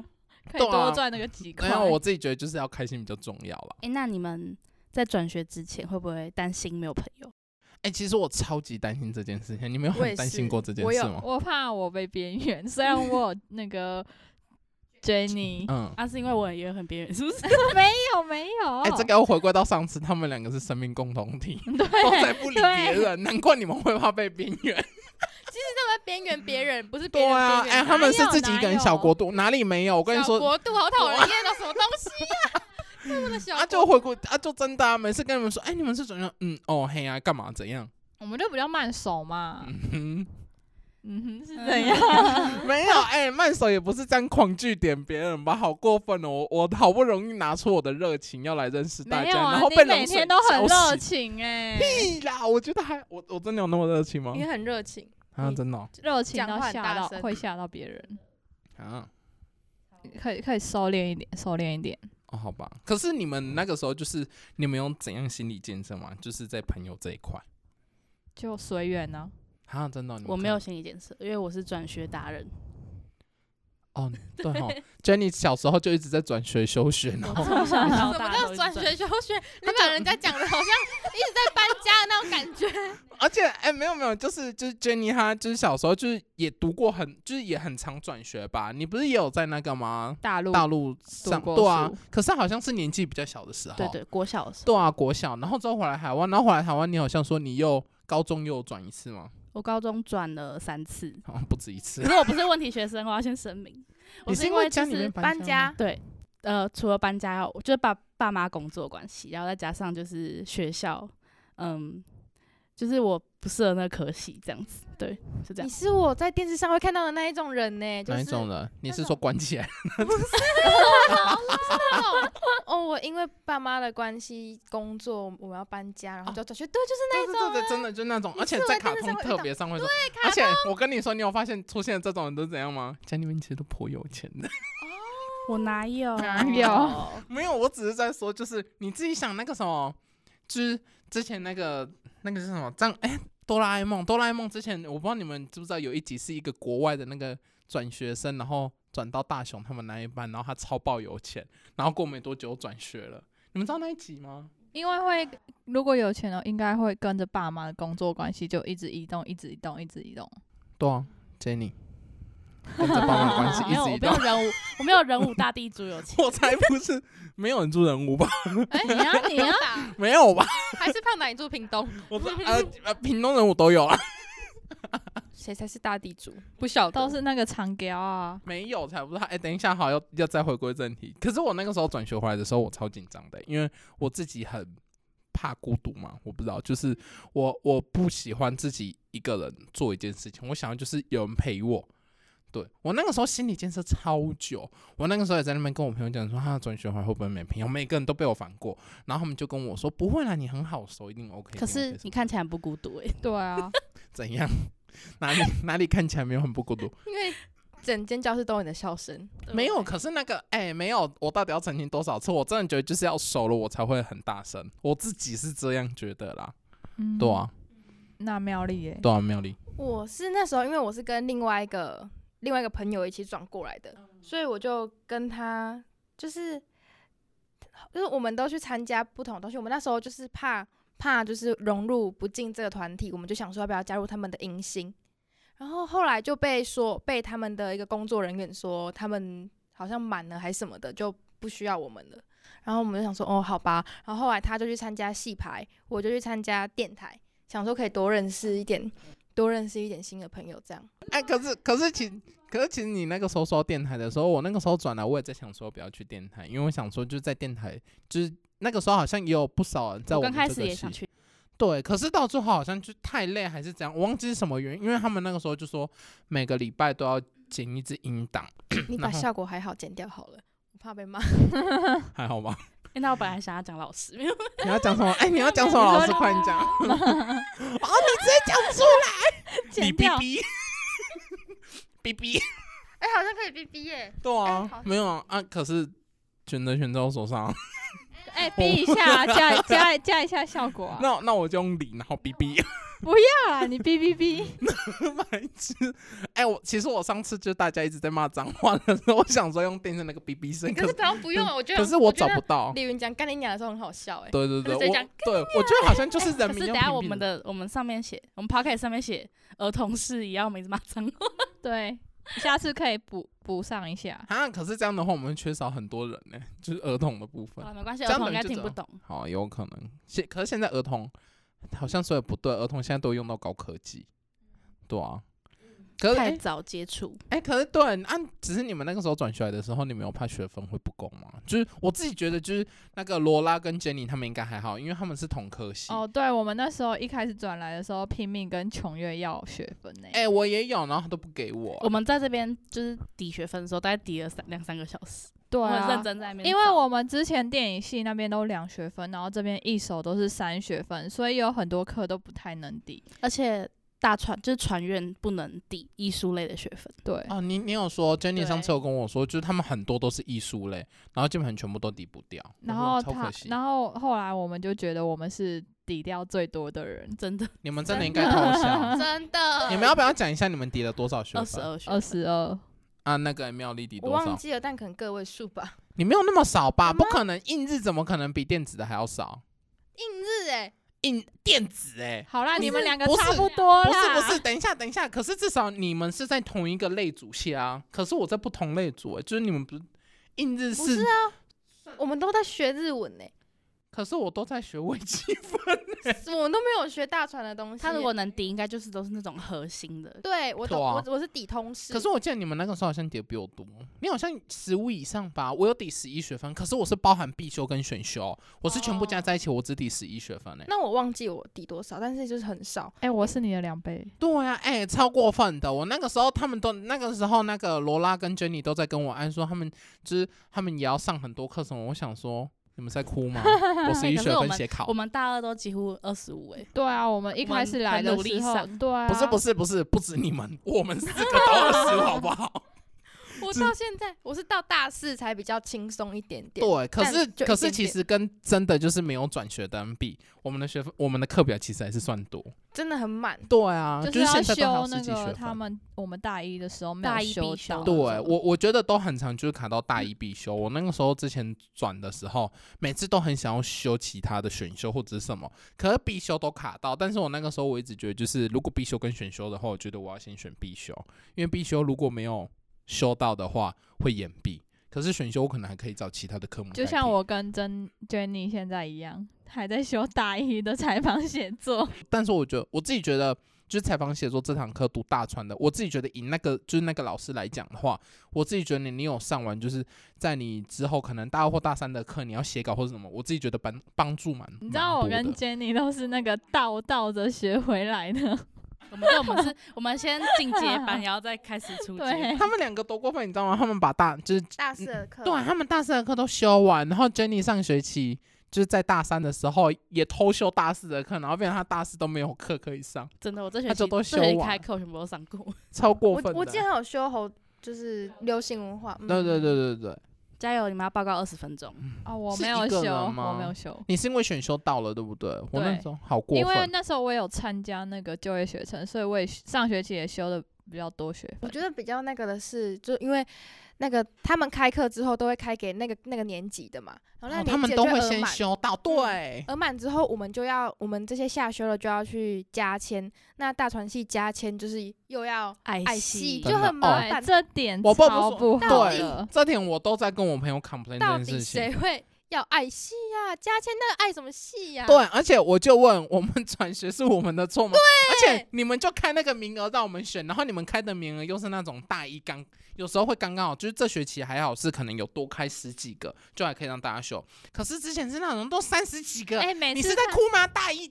Speaker 4: 可以
Speaker 1: 对啊
Speaker 4: 多赚那个几
Speaker 1: 没
Speaker 4: 块。
Speaker 1: 有，我自己觉得就是要开心比较重要啦。
Speaker 3: 哎，那你们在转学之前会不会担心没有朋友？
Speaker 1: 哎、其实我超级担心这件事情，你没有
Speaker 2: 我也
Speaker 1: 很担
Speaker 2: 是
Speaker 1: 心过这件
Speaker 2: 我
Speaker 1: 事
Speaker 2: 有
Speaker 1: 吗？
Speaker 4: 我怕我被边缘，虽然我有那个 Jenny，
Speaker 1: 嗯，
Speaker 3: 啊，是因为我也很边缘，是不是？
Speaker 4: 没有没有，
Speaker 1: 哎、这个要回归到上次，他们两个是生命共同体，都
Speaker 4: 对
Speaker 1: 在不理别人，难怪你们会怕被边缘。
Speaker 2: 他们边缘别人，不是别
Speaker 1: 对
Speaker 2: 人
Speaker 1: 啊，
Speaker 2: 边缘
Speaker 1: 哎、他们是自己一个人小
Speaker 4: 哪有
Speaker 1: 国度，哪里没有？我跟你
Speaker 2: 小
Speaker 1: 说，
Speaker 2: 国度好讨人厌哦，什么东西呀、他们的小
Speaker 1: 啊，就回归啊，就真的、啊，每次跟你们说，哎、你们是怎样？嗯，哦，嘿啊，干嘛怎样？
Speaker 4: 我们就比较慢熟嘛。
Speaker 1: 嗯，
Speaker 4: 嗯哼，是
Speaker 3: 怎
Speaker 4: 怎
Speaker 3: 样
Speaker 4: 样？
Speaker 1: 没有，哎、慢手也不是这样狂拒点别人吧？好过分哦！我我好不容易拿出我的热情要来认识大
Speaker 4: 没
Speaker 1: 家，
Speaker 4: 有啊，
Speaker 1: 然后
Speaker 4: 你
Speaker 1: 被
Speaker 4: 每
Speaker 1: 冷水
Speaker 4: 天都很
Speaker 1: 浇
Speaker 4: 热
Speaker 1: 洗。
Speaker 4: 情哎、
Speaker 1: 屁啦！我觉得还我我真的有那么热情吗
Speaker 2: 你？很热情，
Speaker 1: 啊，
Speaker 4: 你
Speaker 1: 真的哦、
Speaker 4: 热情
Speaker 2: 讲
Speaker 4: 到
Speaker 2: 话很
Speaker 4: 吓
Speaker 2: 大
Speaker 4: 到
Speaker 2: 声
Speaker 4: 会吓到别人，
Speaker 1: 啊，
Speaker 4: 可以可以收敛一点，收敛一点。
Speaker 1: 哦，好吧。可是你们那个时候就是你们有怎样心理建设吗？就是在朋友这一块
Speaker 4: 就随缘呢，
Speaker 1: 啊，真的哦、你们
Speaker 3: 我
Speaker 1: 真
Speaker 3: 没
Speaker 1: 的
Speaker 3: 有心理建设，因为我是转学达人。
Speaker 1: 哦，对哦，Jenny 小时候就一直在转学休学，然后
Speaker 3: 从小
Speaker 2: 什
Speaker 3: 到
Speaker 2: 么
Speaker 3: 大
Speaker 2: 叫
Speaker 3: 都
Speaker 2: 转学休学？你把人家讲的好像一直在搬家的那种感觉。
Speaker 1: 而且，哎、没有没有，就是就是 Jenny 她就是小时候就是也读过很，就是也很常转学吧。你不是也有在那个吗？
Speaker 4: 大陆
Speaker 1: 大陆上
Speaker 4: 过
Speaker 1: 对啊
Speaker 4: 书，
Speaker 1: 可是好像是年纪比较小的时候，
Speaker 3: 对对，国小的时候，
Speaker 1: 对啊，国小，然后之后回来台湾，然后回来台湾，你好像说你又高中又转一次吗？
Speaker 3: 我高中转了三次，
Speaker 1: 好像不止一次
Speaker 3: 可。是我不是问题学生，我要先声明，我
Speaker 1: 你是
Speaker 3: 因
Speaker 1: 因为
Speaker 3: 就
Speaker 1: 家里
Speaker 3: 是
Speaker 1: 面搬
Speaker 2: 搬
Speaker 1: 家
Speaker 2: 家
Speaker 1: 吗，
Speaker 3: 对，呃，除了搬家，我就是爸爸妈工作关系，然后再加上就是学校，嗯，就是我不适合那可惜这样子，对，是这样。
Speaker 2: 你是我在电视上会看到的那一种人呢、就
Speaker 1: 哪
Speaker 2: 是
Speaker 1: 一种人？你是
Speaker 2: 那
Speaker 1: 说关起来？
Speaker 2: 那种 哦，我因为爸妈的关系工作，我要搬家，然后就转学，对，哦就是那
Speaker 1: 对
Speaker 2: 一
Speaker 1: 对
Speaker 2: 种、
Speaker 1: 对对，真的就那种，
Speaker 2: 你
Speaker 1: 而且
Speaker 2: 是我
Speaker 1: 在
Speaker 2: 在
Speaker 1: 卡
Speaker 2: 电
Speaker 1: 通
Speaker 2: 视上会遇
Speaker 1: 特
Speaker 2: 到
Speaker 1: 别上会说，而且我跟你说，你有发现出现这种人都是怎样 吗？家里面其实都颇有钱的。
Speaker 3: 我哪有？
Speaker 1: 哦
Speaker 4: 哪
Speaker 3: 哦
Speaker 4: 有？
Speaker 1: 没有，我只是在说，就是你自己想那个什么，就是之前那个那个是什么？张哎，哆啦 A 梦，哆啦 A 梦之前我不知道你们知不知道，有一集是一个国外的那个转学生，然后转到大雄他们那一班，然后他超爆有钱，然后过没多久转学了。你们知道那一集吗？
Speaker 4: 因为会如果有钱了，应该会跟着爸妈的工作关系就一直移动，一直移动，一直移动。
Speaker 1: 对啊，Jenny，跟着爸妈关系
Speaker 3: 没
Speaker 1: 一
Speaker 3: 有，
Speaker 1: 直
Speaker 3: 我没
Speaker 1: 移动
Speaker 3: 有。人武，我没有人武大地主有钱。
Speaker 1: 我才不是没有人住人屋吧？
Speaker 4: 哎、你
Speaker 3: 啊
Speaker 4: 要你要
Speaker 2: 胖达
Speaker 1: 没有 吧？
Speaker 2: 啊还是胖达？你住屏东，
Speaker 1: 我 说呃呃，屏东人我都有啊。
Speaker 2: 谁才是大地主？不晓
Speaker 4: 都是那个长条啊，
Speaker 1: 没有，才不是。哎、等一下，好，要要再回归正题。可是我那个时候转学回来的时候，我超紧张的、因为我自己很怕孤独嘛。我不知道，就是我我不喜欢自己一个人做一件事情，我想要就是有人陪我。对我那个时候心理建设超久，我那个时候也在那边跟我朋友讲说，他、啊、转学回来会不会没朋友？每个人都被我烦过，然后他们就跟我说，不会啦，你很好熟，一定 OK 一定 OK 什么的。
Speaker 3: 可是你看起来很不孤独哎诶、
Speaker 4: 对 啊，
Speaker 1: 怎样？哪里 哪里看起来没有很不孤独？
Speaker 2: 因为整间教室都有你的笑声。
Speaker 1: 没有，可是那个哎、没有，我到底要澄清多少次？我真的觉得就是要熟了，我才会很大声，我自己是这样觉得啦，
Speaker 4: 嗯
Speaker 1: 对，啊，
Speaker 4: 那妙丽耶，
Speaker 1: 对啊，妙丽，
Speaker 2: 我是那时候，因为我是跟另外一个另外一个朋友一起转过来的，所以我就跟他就是就是我们都去参加不同的东西。我们那时候就是怕怕就是融入不进这个团体，我们就想说要不要加入他们的迎新。然后后来就被说被他们的一个工作人员说他们好像满了还是什么的，就不需要我们了。然后我们就想说哦好吧。然后后来他就去参加戏牌，我就去参加电台，想说可以多认识一点多认识一点新的朋友，这样。
Speaker 1: 哎，可是可是其可是其实你那个时候说到电台的时候，我那个时候转来，我也在想说不要去电台，因为我想说就是在电台，就是那个时候好像也有不少人在
Speaker 3: 我
Speaker 1: 们
Speaker 3: 刚开
Speaker 1: 这
Speaker 3: 始
Speaker 1: 个
Speaker 3: 也
Speaker 1: 系
Speaker 3: 想去，
Speaker 1: 对，可是到最后好像就太累还是怎样，我忘记是什么原因，因为他们那个时候就说每个礼拜都要剪一支音档，
Speaker 2: 你把
Speaker 1: 然后
Speaker 2: 效果还好剪掉好了，我怕被骂。
Speaker 1: 还好吗？
Speaker 3: 诶那我本来想要讲老师，没有
Speaker 1: 你要讲什么？哎、你要讲什么？老师，快点讲！哦，你直接讲出来，你
Speaker 4: 剪掉
Speaker 1: 哔哔哔哔，
Speaker 2: 哎、好像可以 B B 耶。
Speaker 1: 对
Speaker 2: 哎
Speaker 1: 啊
Speaker 2: 好，
Speaker 1: 没有啊，啊可是选择权在我手上啊，
Speaker 4: 哎，逼一下，加加加一下效果啊！
Speaker 1: 那那我就用理，然后哔哔。
Speaker 4: 啊，你哔哔哔，
Speaker 1: 白痴！哎、我其实我上次就大家一直在骂脏话的时候，我想说用电视那个哔哔声，可
Speaker 2: 可是
Speaker 1: 是
Speaker 2: 不用不用，我觉得
Speaker 1: 可是我找不
Speaker 2: 觉
Speaker 1: 到
Speaker 2: 得。李云讲干你娘的时候很好笑哎。
Speaker 1: 对对对，
Speaker 2: 他
Speaker 1: 我
Speaker 2: 们直接讲
Speaker 1: 对我觉得好像就是人
Speaker 3: 哎可
Speaker 1: 民
Speaker 3: 是
Speaker 1: 用
Speaker 3: 等
Speaker 1: 屏
Speaker 3: 下
Speaker 1: 蔽
Speaker 3: 我们的我们上面写，我们 p o c k e t 上面写儿童事宜，要我们一直骂脏话。
Speaker 4: 对，下次可以补补上一下。
Speaker 1: 啊，可是这样的话我们缺少很多人呢、就是儿童的部分
Speaker 3: 好。了，没关系，
Speaker 1: 这
Speaker 3: 儿
Speaker 1: 样
Speaker 3: 童
Speaker 1: 等
Speaker 3: 应该
Speaker 1: 于就
Speaker 3: 听
Speaker 1: 这
Speaker 3: 不
Speaker 1: 样
Speaker 3: 懂。
Speaker 1: 好，有可能。现可是现在儿童好像说也不对，儿童现在都用到高科技，对啊。可是哎、
Speaker 3: 太早接触，
Speaker 1: 哎可是对啊，只是你们那个时候转学来的时候，你们有怕学分会不够吗？就是我自己觉得，就是那个罗拉跟 Jenny 他们应该还好，因为他们是同科系。
Speaker 4: 哦，对，我们那时候一开始转来的时候，拼命跟琼月要学分呢、
Speaker 1: 哎、我也有，然后他都不给我。
Speaker 3: 我们在这边就是抵学分的时候，大概抵了三两三个小时，
Speaker 4: 对
Speaker 3: 我很
Speaker 4: 啊，
Speaker 3: 认真在那边找。
Speaker 4: 因为我们之前电影系那边都两学分，然后这边一手都是三学分，所以有很多课都不太能抵。
Speaker 3: 而且大传就是传院不能抵艺术类的学分，
Speaker 4: 对，
Speaker 1: 哦，你你有说 Jenny
Speaker 3: 对
Speaker 1: 上次有跟我说，就是他们很多都是艺术类，然后基本上全部都抵不掉，
Speaker 4: 然
Speaker 1: 我
Speaker 4: 后
Speaker 1: 说超
Speaker 4: 他
Speaker 1: 可，惜。
Speaker 4: 然后后来我们就觉得我们是抵掉最多的人，
Speaker 3: 真的
Speaker 1: 你们真的
Speaker 2: 真
Speaker 1: 应该偷笑。
Speaker 2: 真的。
Speaker 1: 你们要不要讲一下你们抵了多少学
Speaker 3: 二十
Speaker 1: 分？
Speaker 3: 二学分
Speaker 4: 二十二。
Speaker 1: 啊，那个妙丽抵
Speaker 2: 我
Speaker 1: 多
Speaker 2: 忘
Speaker 1: 少？
Speaker 2: 记了，但可能个位数吧。
Speaker 1: 你没有那么少吧？
Speaker 2: 我
Speaker 1: 不
Speaker 2: 们
Speaker 1: 可能，印日怎么可能比电子的还要少？
Speaker 2: 硬日哎，
Speaker 1: 印电子哎、
Speaker 4: 好啦，
Speaker 1: 不是
Speaker 4: 你们两个
Speaker 1: 不是
Speaker 4: 差多
Speaker 1: 不
Speaker 4: 啦。
Speaker 1: 是不是，等一下等一下，可是至少你们是在同一个类组下啊，可是我在不同类组、欸，就是你们不是印日
Speaker 2: 不是啊，我们都在学日文 哎，
Speaker 1: 可是我都在学微 积分。
Speaker 2: 我们都没有学大船的东西。
Speaker 3: 他如果能抵，应该就是都是那种核心的。
Speaker 2: 对我懂，
Speaker 1: 对啊
Speaker 2: 我我是底通式。
Speaker 1: 可是我记得你们那个时候好像叠比我多，你好像十五以上吧，我有抵十一学分，可是我是包含必修跟选修，我是
Speaker 2: 哦
Speaker 1: 全部加在一起，我只抵十一学分呢、欸
Speaker 2: 那我忘记我底多少，但是就是很少。
Speaker 4: 哎、我是你的两倍。
Speaker 1: 对呀、啊，哎、超过分的！我那个时候他们都，那个时候那个罗拉跟 Jenny 都在跟我安说，他们就是他们也要上很多课程，我想说你们在哭吗？我十一
Speaker 3: 可是
Speaker 1: 学
Speaker 3: 我
Speaker 1: 分
Speaker 3: 们
Speaker 1: 写考
Speaker 3: 我，们大二都几乎二十五哎，
Speaker 4: 对啊，我们一
Speaker 3: 我们
Speaker 4: 开始来
Speaker 3: 很
Speaker 4: 的
Speaker 3: 努力
Speaker 4: 时候，
Speaker 3: 上
Speaker 4: 对啊，
Speaker 1: 不是不是不是，不止你们，我们四个都二十五，好不好？
Speaker 2: 我
Speaker 1: 是
Speaker 2: 到现在，我是到大四才比较轻松一点点。
Speaker 1: 对，可
Speaker 2: 但
Speaker 1: 是
Speaker 2: 就一
Speaker 1: 可是
Speaker 2: 点
Speaker 1: 其
Speaker 2: 点
Speaker 1: 实跟真的就是没有转学的人比，我们的学分我们的课表其实还是算多。
Speaker 2: 真的很满。
Speaker 1: 对啊，
Speaker 4: 就是要
Speaker 1: 现在都还
Speaker 4: 修
Speaker 1: 有
Speaker 4: 那
Speaker 1: 十几
Speaker 4: 个
Speaker 1: 学
Speaker 4: 他
Speaker 1: 分。
Speaker 4: 们我们大一的时候没
Speaker 3: 大
Speaker 4: 有
Speaker 3: 一必
Speaker 4: 修
Speaker 3: 修
Speaker 4: 到。
Speaker 1: 对我，我觉得都很常就是卡到大一必修。我那个时候之前转的时候，每次都很想要修其他的选修或者是什么，可是必修都卡到。但是我那个时候我一直觉得，就是如果必修跟选修的话，我觉得我要先选必修，因为必修如果没有修到的话会延毕。可是选修我可能还可以找其他的科目代替，
Speaker 4: 就像我跟珍 Jenny 现在一样，还在修大一的采访写作。
Speaker 1: 但是我觉得我自己觉得，就是采访写作这堂课读大川的，我自己觉得以那个就是那个老师来讲的话，我自己觉得你你有上完，就是在你之后可能大二或大三的课你要写稿或者什么，我自己觉得帮帮助蛮。
Speaker 4: 你知道我
Speaker 1: 蛮
Speaker 4: 跟
Speaker 1: 多的
Speaker 4: Jenny 都是那个倒倒着学回来的，
Speaker 3: 我们对我 们是，我们先进阶班，然后再开始 初阶
Speaker 4: 对。
Speaker 1: 啊他们两个多过分，你知道吗？他们把大就是
Speaker 2: 大四的课，
Speaker 1: 嗯对他啊们大四的课都修完，然后 Jenny 上学期。就是在大三的时候也偷修大四的课，然后变成他大四都没有课可以上，
Speaker 3: 真的，我这学
Speaker 1: 他就
Speaker 3: 期
Speaker 1: 都
Speaker 3: 这
Speaker 1: 修
Speaker 3: 学期
Speaker 1: 完
Speaker 3: 开课我全部都上过。
Speaker 1: 超过
Speaker 2: 我
Speaker 1: 分的。
Speaker 2: 我记得还有修猴，就是流行文化。嗯
Speaker 1: 对对对对对，
Speaker 3: 加油，你们要报告二十分钟。
Speaker 4: 哦，我
Speaker 1: 是
Speaker 4: 没
Speaker 1: 一
Speaker 4: 有
Speaker 1: 个
Speaker 4: 修，
Speaker 1: 人
Speaker 4: 我
Speaker 1: 吗
Speaker 4: 没有修，
Speaker 1: 你是因为选修到了，对不对？我那
Speaker 4: 对
Speaker 1: 时候好过
Speaker 4: 因为
Speaker 1: 分，
Speaker 4: 那时候我有参加那个就业学程，所以我也上学期也修的比较多学
Speaker 2: 我
Speaker 4: 分。
Speaker 2: 觉得比较那个的是，就因为那个他们开课之后都会开给那个那个年级的嘛，然后那
Speaker 1: 哦
Speaker 2: 个
Speaker 1: 他
Speaker 2: 年
Speaker 1: 们
Speaker 2: 级的
Speaker 1: 都
Speaker 2: 就
Speaker 1: 会
Speaker 2: 额
Speaker 1: 先
Speaker 2: 满
Speaker 1: 修到，对，
Speaker 2: 额满之后，我们就要我们这些下修了就要去加签。那大传系加签就是又要
Speaker 3: 爱
Speaker 2: 爱戏，
Speaker 1: 哎真
Speaker 2: 就
Speaker 1: 的哦哎
Speaker 2: 很麻
Speaker 4: 对，
Speaker 2: 烦。
Speaker 4: 这点
Speaker 1: 我
Speaker 4: 超
Speaker 1: 爸不
Speaker 4: 不
Speaker 1: 说
Speaker 4: 好
Speaker 2: 到底
Speaker 4: 的。
Speaker 1: 这点我都在跟我朋友 complain
Speaker 2: 到
Speaker 1: 这件
Speaker 2: 底
Speaker 1: 事情
Speaker 2: 谁。会要爱戏呀、加签那个爱什么戏呀、
Speaker 1: 对，而且我就问，我们转学是我们的错吗？对而且你们就开那个名额让我们选，然后你们开的名额又是那种大一刚，有时候会刚刚好，就是这学期还好是可能有多开十几个，就还可以让大家修。可是之前是那种都三十几个，
Speaker 4: 哎、每
Speaker 1: 你
Speaker 4: 次
Speaker 1: 是在哭吗？大一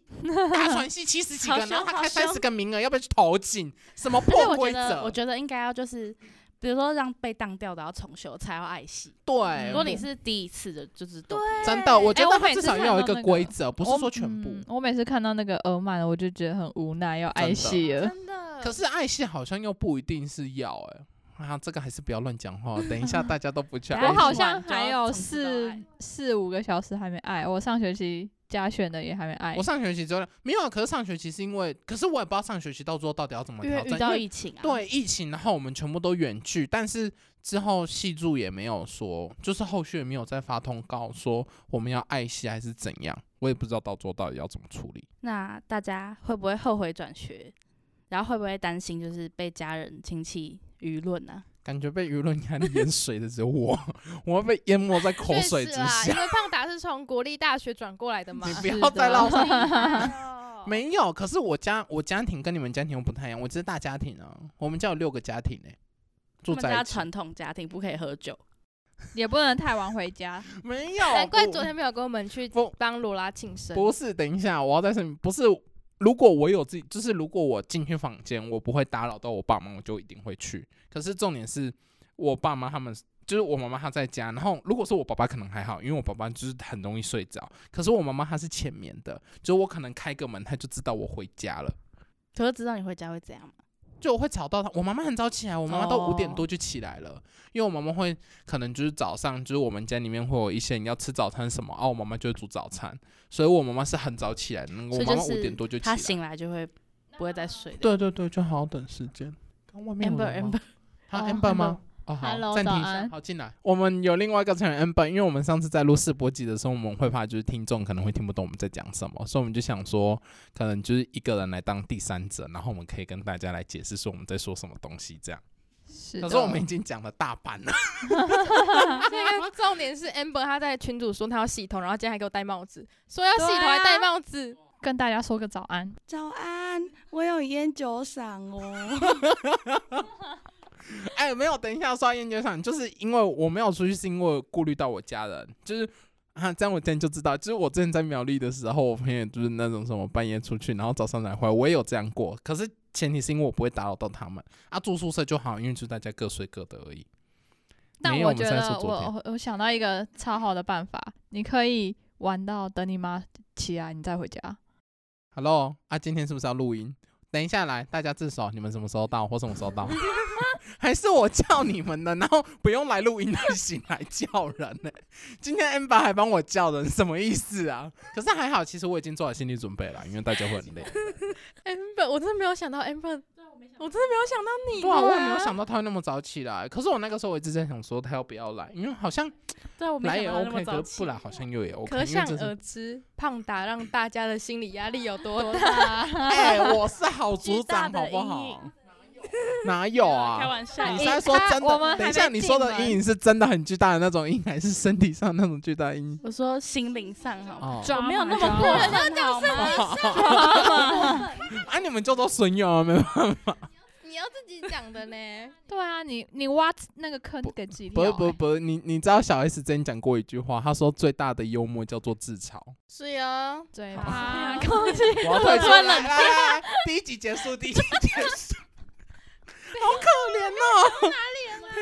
Speaker 1: 大传系七十几个，
Speaker 4: 好
Speaker 1: 然后
Speaker 4: 凶
Speaker 1: 他
Speaker 4: 好
Speaker 1: 开三
Speaker 4: 凶
Speaker 1: 十个名额，要不要去投进？什么
Speaker 3: 而且
Speaker 1: 破
Speaker 3: 我觉
Speaker 1: 规
Speaker 3: 得，我
Speaker 1: 则？
Speaker 3: 觉得应该要就是，比如说让被当掉的要重修才要爱惜。
Speaker 1: 对，
Speaker 3: 如果你是第一次的，就是都
Speaker 1: 真的，我
Speaker 4: 哎
Speaker 1: 觉
Speaker 4: 我
Speaker 1: 得他
Speaker 4: 每
Speaker 1: 至
Speaker 4: 次
Speaker 1: 少
Speaker 4: 看
Speaker 1: 要有一
Speaker 4: 到
Speaker 1: 个
Speaker 4: 那个
Speaker 1: 规则，不是
Speaker 4: 我
Speaker 1: 说全部。
Speaker 4: 嗯我每次看到那个额满的，我就觉得很无奈，要爱
Speaker 1: 真的
Speaker 4: 惜了。
Speaker 2: 真的。
Speaker 1: 可是爱惜好像又不一定是要哎、啊，这个还是不要乱讲话，等一下大家都不 去爱惜。
Speaker 4: 我好
Speaker 3: 吃完
Speaker 4: 像
Speaker 3: 就要
Speaker 4: 还有
Speaker 3: 从此到
Speaker 4: 四
Speaker 3: 爱
Speaker 4: 四五个小时还没爱，我上学期加选的也还没爱
Speaker 1: 我。上学期之后没有啊，可是上学期是因为，可是我也不知道上学期到最后到底要怎么
Speaker 3: 因为
Speaker 1: 调
Speaker 3: 遇
Speaker 1: 整，因
Speaker 3: 到
Speaker 1: 为
Speaker 3: 疫情啊，，
Speaker 1: 对疫情，然后我们全部都远距，但是之后系助也没有说，就是后续也没有再发通告说我们要爱惜还是怎样，我也不知道到最后到底要怎么处理。
Speaker 3: 那大家会不会后悔转学？然后会不会担心就是被家人、亲戚、舆论啊呢、
Speaker 1: 感觉被舆论压力淹水的只有我， 我会被淹没在口
Speaker 2: 确
Speaker 1: 水
Speaker 2: 实
Speaker 1: 之
Speaker 2: 啦，
Speaker 1: 下
Speaker 2: 因。为胖达是从国立大学转 过来的嘛
Speaker 1: 你。不
Speaker 3: 是
Speaker 1: 要
Speaker 2: 啊
Speaker 1: 再
Speaker 3: 的
Speaker 1: 让我
Speaker 2: 哎 呦
Speaker 1: 没有，可是我家我家庭跟你们家庭又不太一样，我这是大家庭啊，我们家有六个家庭呢、
Speaker 3: 我
Speaker 1: 住
Speaker 3: 们
Speaker 1: 在
Speaker 3: 家
Speaker 1: 一起。
Speaker 3: 传统家庭不可以喝酒，
Speaker 4: 也不能太晚回家。
Speaker 1: 没有，
Speaker 2: 难怪
Speaker 1: 不
Speaker 2: 昨天没有跟我们去
Speaker 1: 不
Speaker 2: 帮罗拉庆生。
Speaker 1: 不是。等一下，我要在声明，不是。如果我有自己，就是如果我进去房间，我不会打扰到我爸妈，我就一定会去。可是重点是我爸妈他们，就是我妈妈她在家，然后如果是我爸爸可能还好，因为我爸爸就是很容易睡着。可是我妈妈她是浅眠的，就是我可能开个门，她就知道我回家了。
Speaker 3: 可是知道你回家会怎样吗？
Speaker 1: 就会吵到他。我妈妈很早起来，我妈妈都
Speaker 3: 哦
Speaker 1: 五点多就起来了，因为我妈妈会可能就是早上，就是我们家里面会有一些人要吃早餐什么，啊，我妈妈就会煮早餐，所以我妈妈是很早起来的，我
Speaker 3: 所以
Speaker 1: 妈
Speaker 3: 就
Speaker 1: 妈五
Speaker 3: 是
Speaker 1: 点多就
Speaker 3: 他
Speaker 1: 起来。
Speaker 3: 醒来就会不会再睡的。
Speaker 1: 对对对，就好好等时间。刚外面有
Speaker 3: Amber
Speaker 1: 人吗
Speaker 3: Amber，
Speaker 4: 哦
Speaker 1: 啊 Amber 吗？哦，好，
Speaker 4: Hello，
Speaker 1: 暂停一
Speaker 4: 早
Speaker 1: 下，
Speaker 4: 安
Speaker 1: 好进来。我们有另外一个成员 Amber，因为我们上次在录试播集的时候，我们会怕就是听众可能会听不懂我们在讲什么，所以我们就想说，可能就是一个人来当第三者，然后我们可以跟大家来解释说我们在说什么东西这样。
Speaker 4: 是的，
Speaker 1: 可是我们已经讲了大半了，
Speaker 2: 这个重点是 Amber 她在群主说她要洗头，然后今天还给我戴帽子，说要洗头还戴帽子，
Speaker 4: 跟大家说个早安。
Speaker 5: 早安，我有烟酒嗓哦。
Speaker 1: 哎，没有，等一下刷烟酒厂，就是因为我没有出去，是因为顾虑到我家人，就是啊，这样我今天就知道，就是我之前在苗栗的时候，我朋友就是那种什么半夜出去，然后早上才回来，我也有这样过，可是前提是因为我不会打扰到他们啊，住宿舍就好，因为就大家各睡各的而已。
Speaker 4: 但
Speaker 1: 没有
Speaker 4: 我
Speaker 1: 我们
Speaker 4: 觉
Speaker 1: 现在
Speaker 4: 得
Speaker 1: 说昨天
Speaker 4: 我我想到一个超好的办法，你可以玩到等你妈起来，你再回家。
Speaker 1: Hello，啊，今天是不是要录音？等一下来，大家自首，你们什么时候到或什么 时候到？ 还是我叫你们的，然后不用来录音还醒来叫人呢、今天 Amber 还帮我叫人，什么意思啊？可是还好，其实我已经做好心理准备了，因为大家会很累。
Speaker 2: Amber，我真的没有想到 Amber，我真的没有想到你，
Speaker 1: 对啊，我也没有，想到他会那么早起来。可是我那个时候我一直在想说他要不要来，因为好像
Speaker 3: 对，我没
Speaker 1: 来
Speaker 3: 想
Speaker 1: 也
Speaker 3: 到那么
Speaker 1: OK，
Speaker 3: 早
Speaker 1: 可是
Speaker 3: 起
Speaker 1: 不来好像又也 OK。
Speaker 2: 可
Speaker 1: 因为
Speaker 2: 想
Speaker 1: 这是
Speaker 2: 而知胖达让大家的心理压力有多大。
Speaker 1: 哎、我是好组
Speaker 3: 呃巨大
Speaker 1: 长，好
Speaker 3: 的
Speaker 1: 不
Speaker 3: 阴
Speaker 1: 好
Speaker 3: 影？
Speaker 1: 哪有 啊？
Speaker 3: 开玩笑
Speaker 1: 你
Speaker 4: 哎
Speaker 1: 是在说
Speaker 4: 他
Speaker 1: 真
Speaker 4: 我们
Speaker 1: 的？
Speaker 4: 还
Speaker 1: 等一下，
Speaker 4: 没
Speaker 1: 你说的
Speaker 4: 进门
Speaker 1: 阴影是真的很巨大的那种阴影，还是身体上那种巨大阴影？
Speaker 3: 我说心灵上好吗？
Speaker 1: 哦，
Speaker 3: 我没有那么
Speaker 4: 抓嘛
Speaker 3: 过
Speaker 4: 抓嘛
Speaker 3: 分好吗？
Speaker 1: 啊，你们叫做损友啊，没有？
Speaker 2: 你要自己讲的呢，
Speaker 4: 对啊，你你挖那个坑给自己
Speaker 1: 不
Speaker 4: 跳、
Speaker 1: 是
Speaker 4: 欸。
Speaker 1: 不是不是，你你知道小 S 之前讲过一句话，她说最大的幽默叫做自嘲。
Speaker 2: 是啊，
Speaker 4: 嘴
Speaker 1: 好
Speaker 4: 巴
Speaker 1: 我要退出来来来来第一集结束，第一集结束，好可怜哦，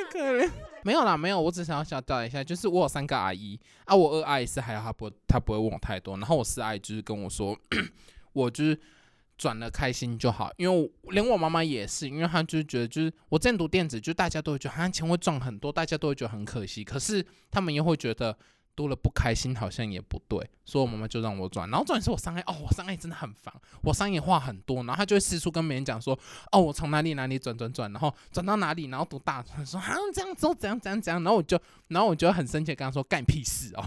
Speaker 1: 太可怜。没有啦，没有，我只想要小道一下，就是我有三个阿姨啊，我二阿姨是还好，她不她不会问我太多，然后我四阿姨就是跟我说，我就是转了开心就好。因为我连我妈妈也是，因为她就是觉得，就是我之前读电子，就大家都会觉得，啊，钱会赚很多，大家都会觉得很可惜。可是他们又会觉得多了不开心，好像也不对，所以我妈妈就让我转。然后重点是我商业，哦，我商业真的很烦，我商业话很多，然后她就会四处跟别人讲说，哦，我从哪里哪里转转转，然后转到哪里，然后读大专，说啊这样子哦怎样怎样怎样，然后我就，然后我就很生气地跟她说，干你屁事哦。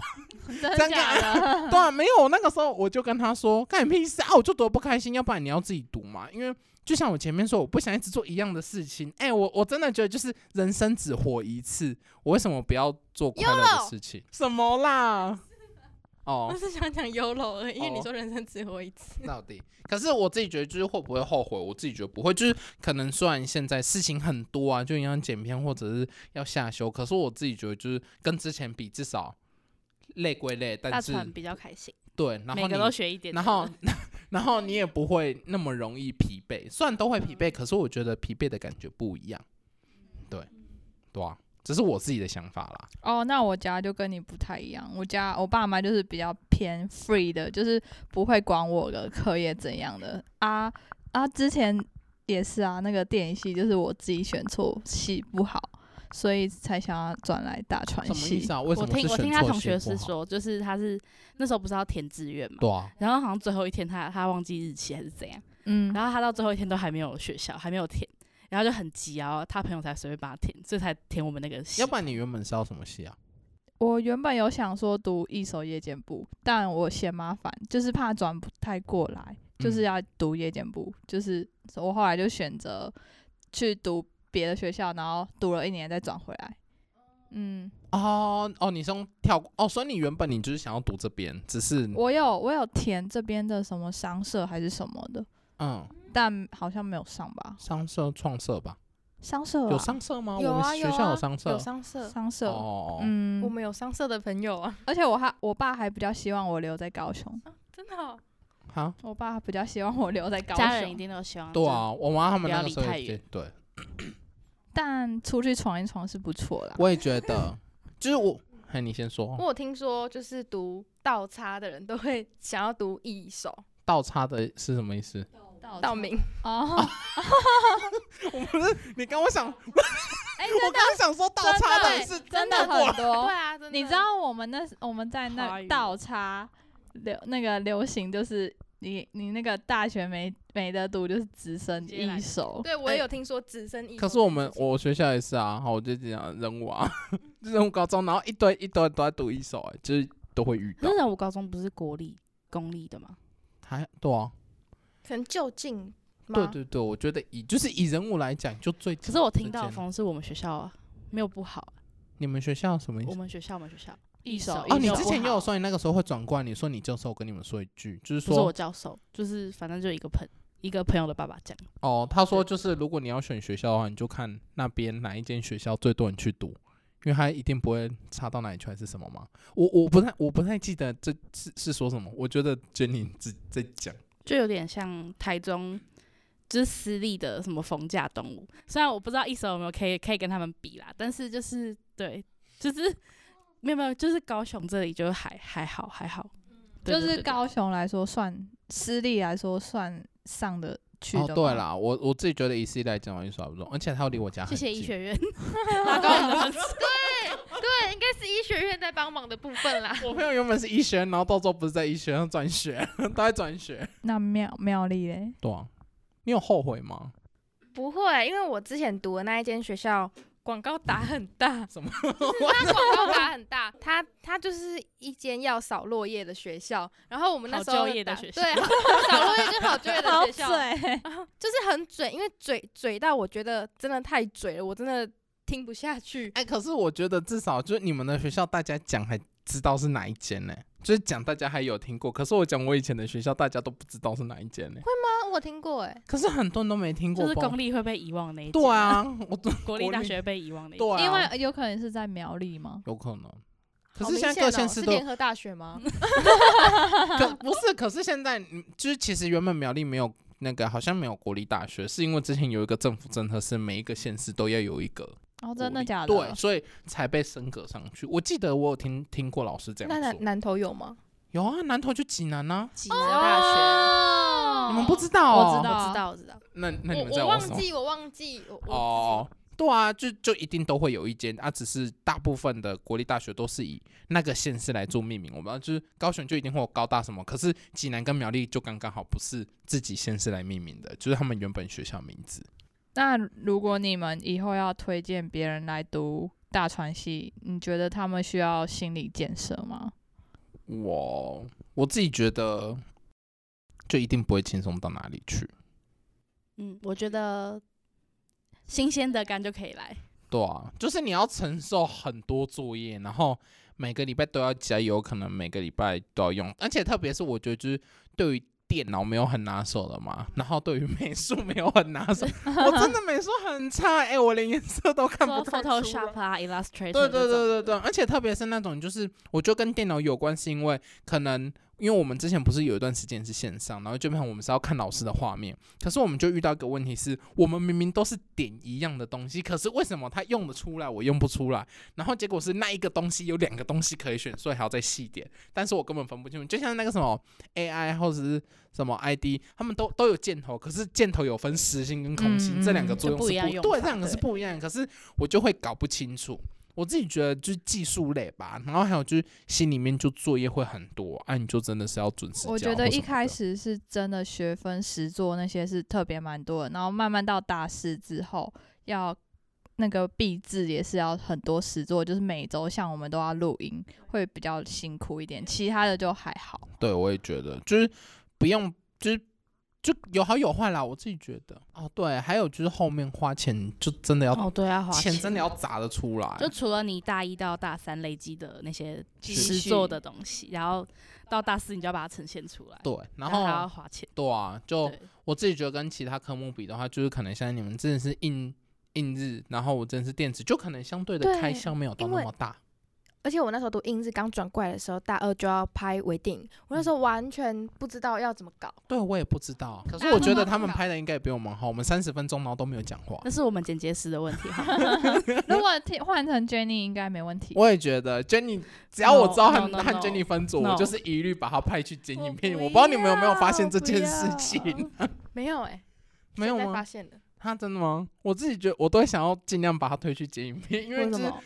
Speaker 4: 真的
Speaker 1: 真
Speaker 4: 假的？
Speaker 1: 对啊，没有，那个时候我就跟他说，干你屁事啊！我就读得不开心，要不然你要自己读嘛。因为就像我前面说，我不想一直做一样的事情。哎、我我真的觉得就是人生只活一次，我为什么不要做快乐的
Speaker 2: YOLO
Speaker 1: 事情？什么 啦？哦
Speaker 2: 我，是想讲 YOLO 而已，因为
Speaker 1: 哦
Speaker 2: 你说人生只活一次，
Speaker 1: 到底？可是我自己觉得，就是会不会后悔？我自己觉得不会，就是可能虽然现在事情很多啊，就一样剪片或者是要下修，可是我自己觉得就是跟之前比，至少累归累，
Speaker 3: 大
Speaker 1: 但是
Speaker 3: 船比较开心，
Speaker 1: 对，然后
Speaker 3: 每个
Speaker 1: 你
Speaker 3: 都学一点。
Speaker 1: 然后，然后你也不会那么容易疲惫。虽然都会疲惫，可是我觉得疲惫的感觉不一样。对，对啊，这是我自己的想法啦。
Speaker 4: 哦，那我家就跟你不太一样，我家我爸妈就是比较偏 free 的，就是不会管我的课业怎样的啊啊，之前也是啊，那个电影系就是我自己选错系不好，所以才想要转来大传
Speaker 1: 什么意
Speaker 4: 系
Speaker 1: 思。啊？为什
Speaker 3: 我
Speaker 1: 么是
Speaker 3: 听我
Speaker 1: 选
Speaker 3: 听他
Speaker 1: 错
Speaker 3: 同
Speaker 1: 系
Speaker 3: 学
Speaker 1: 不
Speaker 3: 是
Speaker 1: 好，
Speaker 3: 说，就是他是那时候不是要填志愿嘛，
Speaker 1: 对啊，
Speaker 3: 然后好像最后一天他他忘记日期还是怎样，
Speaker 4: 嗯，
Speaker 1: 啊
Speaker 3: 然后他到最后一天都还没有学校，还没有填，然后就很急啊，然后他朋友才随便帮他填，所以才填我们那个系
Speaker 1: 要。不然你原本是要什么系啊？
Speaker 4: 我原本有想说读一手夜间部，但我嫌麻烦，就是怕转不太过来，就是
Speaker 1: 嗯
Speaker 4: 要读夜间部。就是我后来就选择去读别的学校，然后读了一年再转回来。嗯，
Speaker 1: 哦哦，你是用跳过哦，所以你原本你就是想要读这边，只是
Speaker 4: 我有我有填这边的什么商社还是什么的，
Speaker 1: 嗯，
Speaker 4: 但好像没有上吧？
Speaker 1: 商社、创社吧？
Speaker 4: 商社、啊、
Speaker 1: 有商社吗？
Speaker 2: 有
Speaker 1: 我
Speaker 2: 啊
Speaker 1: 们
Speaker 2: 有
Speaker 1: 学校
Speaker 2: 啊
Speaker 1: 有商社
Speaker 2: 有。商社，
Speaker 4: 商社，
Speaker 1: 哦，
Speaker 2: 我
Speaker 4: 嗯，
Speaker 2: 们有商社的朋友啊，
Speaker 4: 而且我还我爸还比较希望我留在高雄，
Speaker 2: 真的哦，
Speaker 1: 好，
Speaker 4: 我爸比较希望我留在高雄，
Speaker 3: 家人一定都希望
Speaker 1: 对啊，我妈他
Speaker 3: 不
Speaker 1: 们
Speaker 3: 要
Speaker 1: 那个
Speaker 3: 离
Speaker 1: 时候
Speaker 3: 太
Speaker 1: 也
Speaker 3: 远
Speaker 1: 对，
Speaker 4: 但出去闯一闯是不错啦。
Speaker 1: 我也觉得， 就是我，哎，你先说。
Speaker 2: 我有听说就是读倒插的人都会想要读一手
Speaker 1: 倒插的是什么意思？
Speaker 2: 道明，
Speaker 4: 哦，
Speaker 1: 我不是你跟我想， 我
Speaker 4: 哎，真的
Speaker 1: 刚想说倒插
Speaker 4: 真
Speaker 1: 的
Speaker 4: 的
Speaker 1: 是
Speaker 4: 真的
Speaker 1: 倒过来
Speaker 4: 很
Speaker 2: 对
Speaker 4: 多。
Speaker 2: 啊，真的
Speaker 4: 你知道我们那我们在
Speaker 3: 华
Speaker 4: 那
Speaker 3: 语
Speaker 4: 倒插流那个流行，就是你你那个大学没没得读，就是直升
Speaker 3: 直接来
Speaker 4: 一手。
Speaker 2: 对，我也有听说直升一。
Speaker 1: 可是我们我学校也是啊，好，我就讲人物啊， 人物高中，然后一堆一堆都在读一手、哎，就是都会遇到
Speaker 3: 那。时候我高中不是国立公立的吗？
Speaker 1: 还对啊，
Speaker 2: 可能就近吗
Speaker 1: 对对对，我觉得以就是以人物来讲，就最
Speaker 3: 可是我听到的
Speaker 1: 之间
Speaker 3: 风是我们学校啊没有不好，
Speaker 1: 你们学校什么意
Speaker 3: 我
Speaker 1: 思？
Speaker 3: 们学校我们学校
Speaker 4: 一手
Speaker 1: 哦，
Speaker 3: 也没
Speaker 1: 你
Speaker 3: 有啊
Speaker 1: 之
Speaker 3: 不
Speaker 1: 前也有
Speaker 3: 好
Speaker 1: 说，你那个时候会转过来，你说你教授，我跟你们说一句，就是
Speaker 3: 不是我
Speaker 1: 说，
Speaker 3: 教授，就是反正就一个朋一个朋友的爸爸讲，
Speaker 1: 哦，他说就是如果你要选学校的话，你就看那边哪一间学校最多人去读，因为他一定不会差到哪里去还是什么嘛。我我不太我不太记得这是是说什么，我觉得 Jenny 在在讲，
Speaker 3: 就有点像台中就是私立的什么逢甲动物，虽然我不知道一手有没有可以可以跟他们比啦，但是就是对，就是没有没有，就是高雄这里就还还好还好，对
Speaker 4: 就
Speaker 3: 对
Speaker 4: 是
Speaker 3: 对
Speaker 4: 高雄来说算私立来说算上的去
Speaker 1: 哦
Speaker 4: 的。
Speaker 1: 对，啦，我我自己觉得以 C 来讲完一说还不错，而且他离我家
Speaker 3: 谢
Speaker 1: 很
Speaker 3: 谢医
Speaker 1: 近。
Speaker 3: 学 院，拉高你的分数
Speaker 2: 对，应该是医学院在帮忙的部分啦。
Speaker 1: 我朋友原本是医学院，然后到时候不是在医学院转学， 都在转学。
Speaker 4: 那妙妙丽嘞，
Speaker 1: 对啊，你有后悔吗？
Speaker 2: 不会，因为我之前读的那一间学校广告打很大，
Speaker 1: 什么？
Speaker 2: 它广告打很大， 它它就是一间要扫落叶的学校。然后我们那时候
Speaker 3: 好就业的
Speaker 2: 打
Speaker 3: 学校
Speaker 2: 对， 扫落叶跟好就业的学校，
Speaker 4: 嘴，
Speaker 2: 就是很嘴，因为嘴嘴到我觉得真的太嘴了，我真的听不下去。
Speaker 1: 哎、可是我觉得至少就是你们的学校，大家讲还知道是哪一间呢、就是讲大家还有听过，可是我讲我以前的学校，大家都不知道是哪一间呢、
Speaker 2: 啊，我听过哎、
Speaker 1: 可是很多人都没听过
Speaker 3: 就
Speaker 1: 吧，
Speaker 3: 是公立会被遗忘的那一
Speaker 1: 对
Speaker 3: 间，
Speaker 1: 啊，我
Speaker 3: 国立
Speaker 1: 国
Speaker 3: 大
Speaker 1: 立
Speaker 3: 学会被遗忘的一间
Speaker 1: 对、啊，
Speaker 4: 因为有可能是在苗栗吗？
Speaker 1: 有可能。可
Speaker 2: 好
Speaker 1: 是
Speaker 2: 明
Speaker 1: 现在
Speaker 2: 显
Speaker 1: 各
Speaker 2: 哦
Speaker 1: 县
Speaker 2: 是
Speaker 1: 市都、
Speaker 2: 联合大学吗？
Speaker 1: 可不是，可是现在嗯就是其实原本苗栗没有那个，好像没有国立大学，是因为之前有一个政府政策是每一个县市都要有一个
Speaker 4: 哦，
Speaker 1: 国立，
Speaker 4: 真的假的？
Speaker 1: 对，所以才被升格上去。我记得我有听听过老师这
Speaker 2: 那
Speaker 1: 样
Speaker 2: 南
Speaker 1: 说，
Speaker 2: 南投有吗？
Speaker 1: 有啊，南投就济南啊，
Speaker 3: 济南大学。
Speaker 2: 哦
Speaker 1: 你们不知道、
Speaker 4: 我
Speaker 1: 哦？
Speaker 4: 知道
Speaker 2: 我知道，我知道，
Speaker 1: 那那你
Speaker 2: 我
Speaker 1: 们在
Speaker 2: 忘
Speaker 1: 什么？
Speaker 2: 记，我忘记，我我
Speaker 1: 哦，对啊，就就一定都会有一间啊，只是大部分的国立大学都是以那个县市来做命名。我们就是高雄就一定会有高大什么，可是济南跟苗栗就刚刚好不是自己县市来命名的，就是他们原本学校名字。
Speaker 4: 那如果你们以后要推荐别人来读大传系，你觉得他们需要心理建设吗？
Speaker 1: 我我自己觉得，就一定不会轻松到哪里去。
Speaker 3: 嗯，我觉得新鲜的干就可以来。
Speaker 1: 对啊，就是你要承受很多作业，然后每个礼拜都要加油，可能每个礼拜都要用，而且特别是我觉得就是对于电脑没有很拿手的嘛，然后对于美术没有很拿手，我真的美术很差，哎、我连颜色都看不
Speaker 3: 说
Speaker 1: 太出来
Speaker 3: Photoshop 啊，Illustrator，这
Speaker 1: 对对
Speaker 3: 种
Speaker 1: 对对对，而且特别是那种，就是我就跟电脑有关，是因为可能因为我们之前不是有一段时间是线上，然后基本上我们是要看老师的画面，可是我们就遇到一个问题是，我们明明都是点一样的东西，可是为什么他用得出来，我用不出来？然后结果是那一个东西有两个东西可以选，所以还要再细点，但是我根本分不清楚，就像那个什么 AI 或者是什么 ID，他们都都有箭头，可是箭头有分实心跟空心，
Speaker 4: 嗯
Speaker 1: 这两个
Speaker 4: 嗯
Speaker 1: 作用
Speaker 3: 就不
Speaker 1: 是
Speaker 3: 一样
Speaker 1: 不
Speaker 3: 用
Speaker 1: 对，
Speaker 3: 法
Speaker 1: 这两个是
Speaker 3: 对
Speaker 1: 不一样的，可是我就会搞不清楚。我自己觉得就是技术类吧，然后还有就是心里面就作业会很多，啊，你就真的是要准时交
Speaker 4: 我
Speaker 1: 或什么
Speaker 4: 觉
Speaker 1: 的。
Speaker 4: 得一开始是真的学分、实作那些是特别蛮多的，然后慢慢到大四之后，要那个毕制也是要很多实作，就是每周像我们都要录音，会比较辛苦一点，其他的就还好。
Speaker 1: 对，我也觉得就是不用，就是就有好有坏啦。我自己觉得哦，对，还有就是后面花钱就真的要、
Speaker 3: 哦，对啊，花
Speaker 1: 钱真的要砸得出来，
Speaker 3: 就除了你大一到大三累积的那些
Speaker 4: 积
Speaker 3: 实
Speaker 4: 蓄
Speaker 3: 做的东西，然后到大四你就要把它呈现出来，
Speaker 1: 对，然
Speaker 3: 然后还要
Speaker 1: 后
Speaker 3: 花钱。
Speaker 1: 对啊，就
Speaker 3: 对，
Speaker 1: 我自己觉得跟其他科目比的话，就是可能像你们真的是硬硬日，然后我真的是电子，就可能相对的
Speaker 2: 对
Speaker 1: 开销没有到
Speaker 2: 因
Speaker 1: 那
Speaker 2: 为
Speaker 1: 么大。
Speaker 2: 而且我那时候读英日刚转过来的时候，大二就要拍微电影，
Speaker 1: 嗯
Speaker 2: 我那时候完全不知道要怎么搞。
Speaker 1: 对，我也不知道。可是
Speaker 3: 大家
Speaker 1: 我
Speaker 3: 都
Speaker 1: 觉得
Speaker 3: 忙
Speaker 1: 他们
Speaker 3: 不了
Speaker 1: 拍的应该也比我们好。我们三十分钟然后都没有讲话。
Speaker 3: 那是我们剪接师的问题哈。
Speaker 4: 如果替换成 Jenny 应该没问题。
Speaker 1: 我也觉得 Jenny，只要我知道
Speaker 3: No,
Speaker 1: 和
Speaker 3: no, no,
Speaker 1: 和
Speaker 3: no.
Speaker 1: Jenny 分组，我
Speaker 3: No.
Speaker 1: 就是一律把她派去剪影片。
Speaker 2: 我
Speaker 1: 我
Speaker 2: 不
Speaker 1: 不知道你们有没有
Speaker 2: 要
Speaker 1: 发现这
Speaker 2: 不
Speaker 1: 件
Speaker 2: 要
Speaker 1: 事情？
Speaker 2: 没有哎、
Speaker 1: 没有
Speaker 2: 现在
Speaker 1: 吗
Speaker 2: 发？现了，
Speaker 1: 他真的吗？我自己觉得我都会想要尽量把他推去剪影片，因为
Speaker 2: 为
Speaker 1: 就
Speaker 2: 什
Speaker 1: 是
Speaker 2: 么？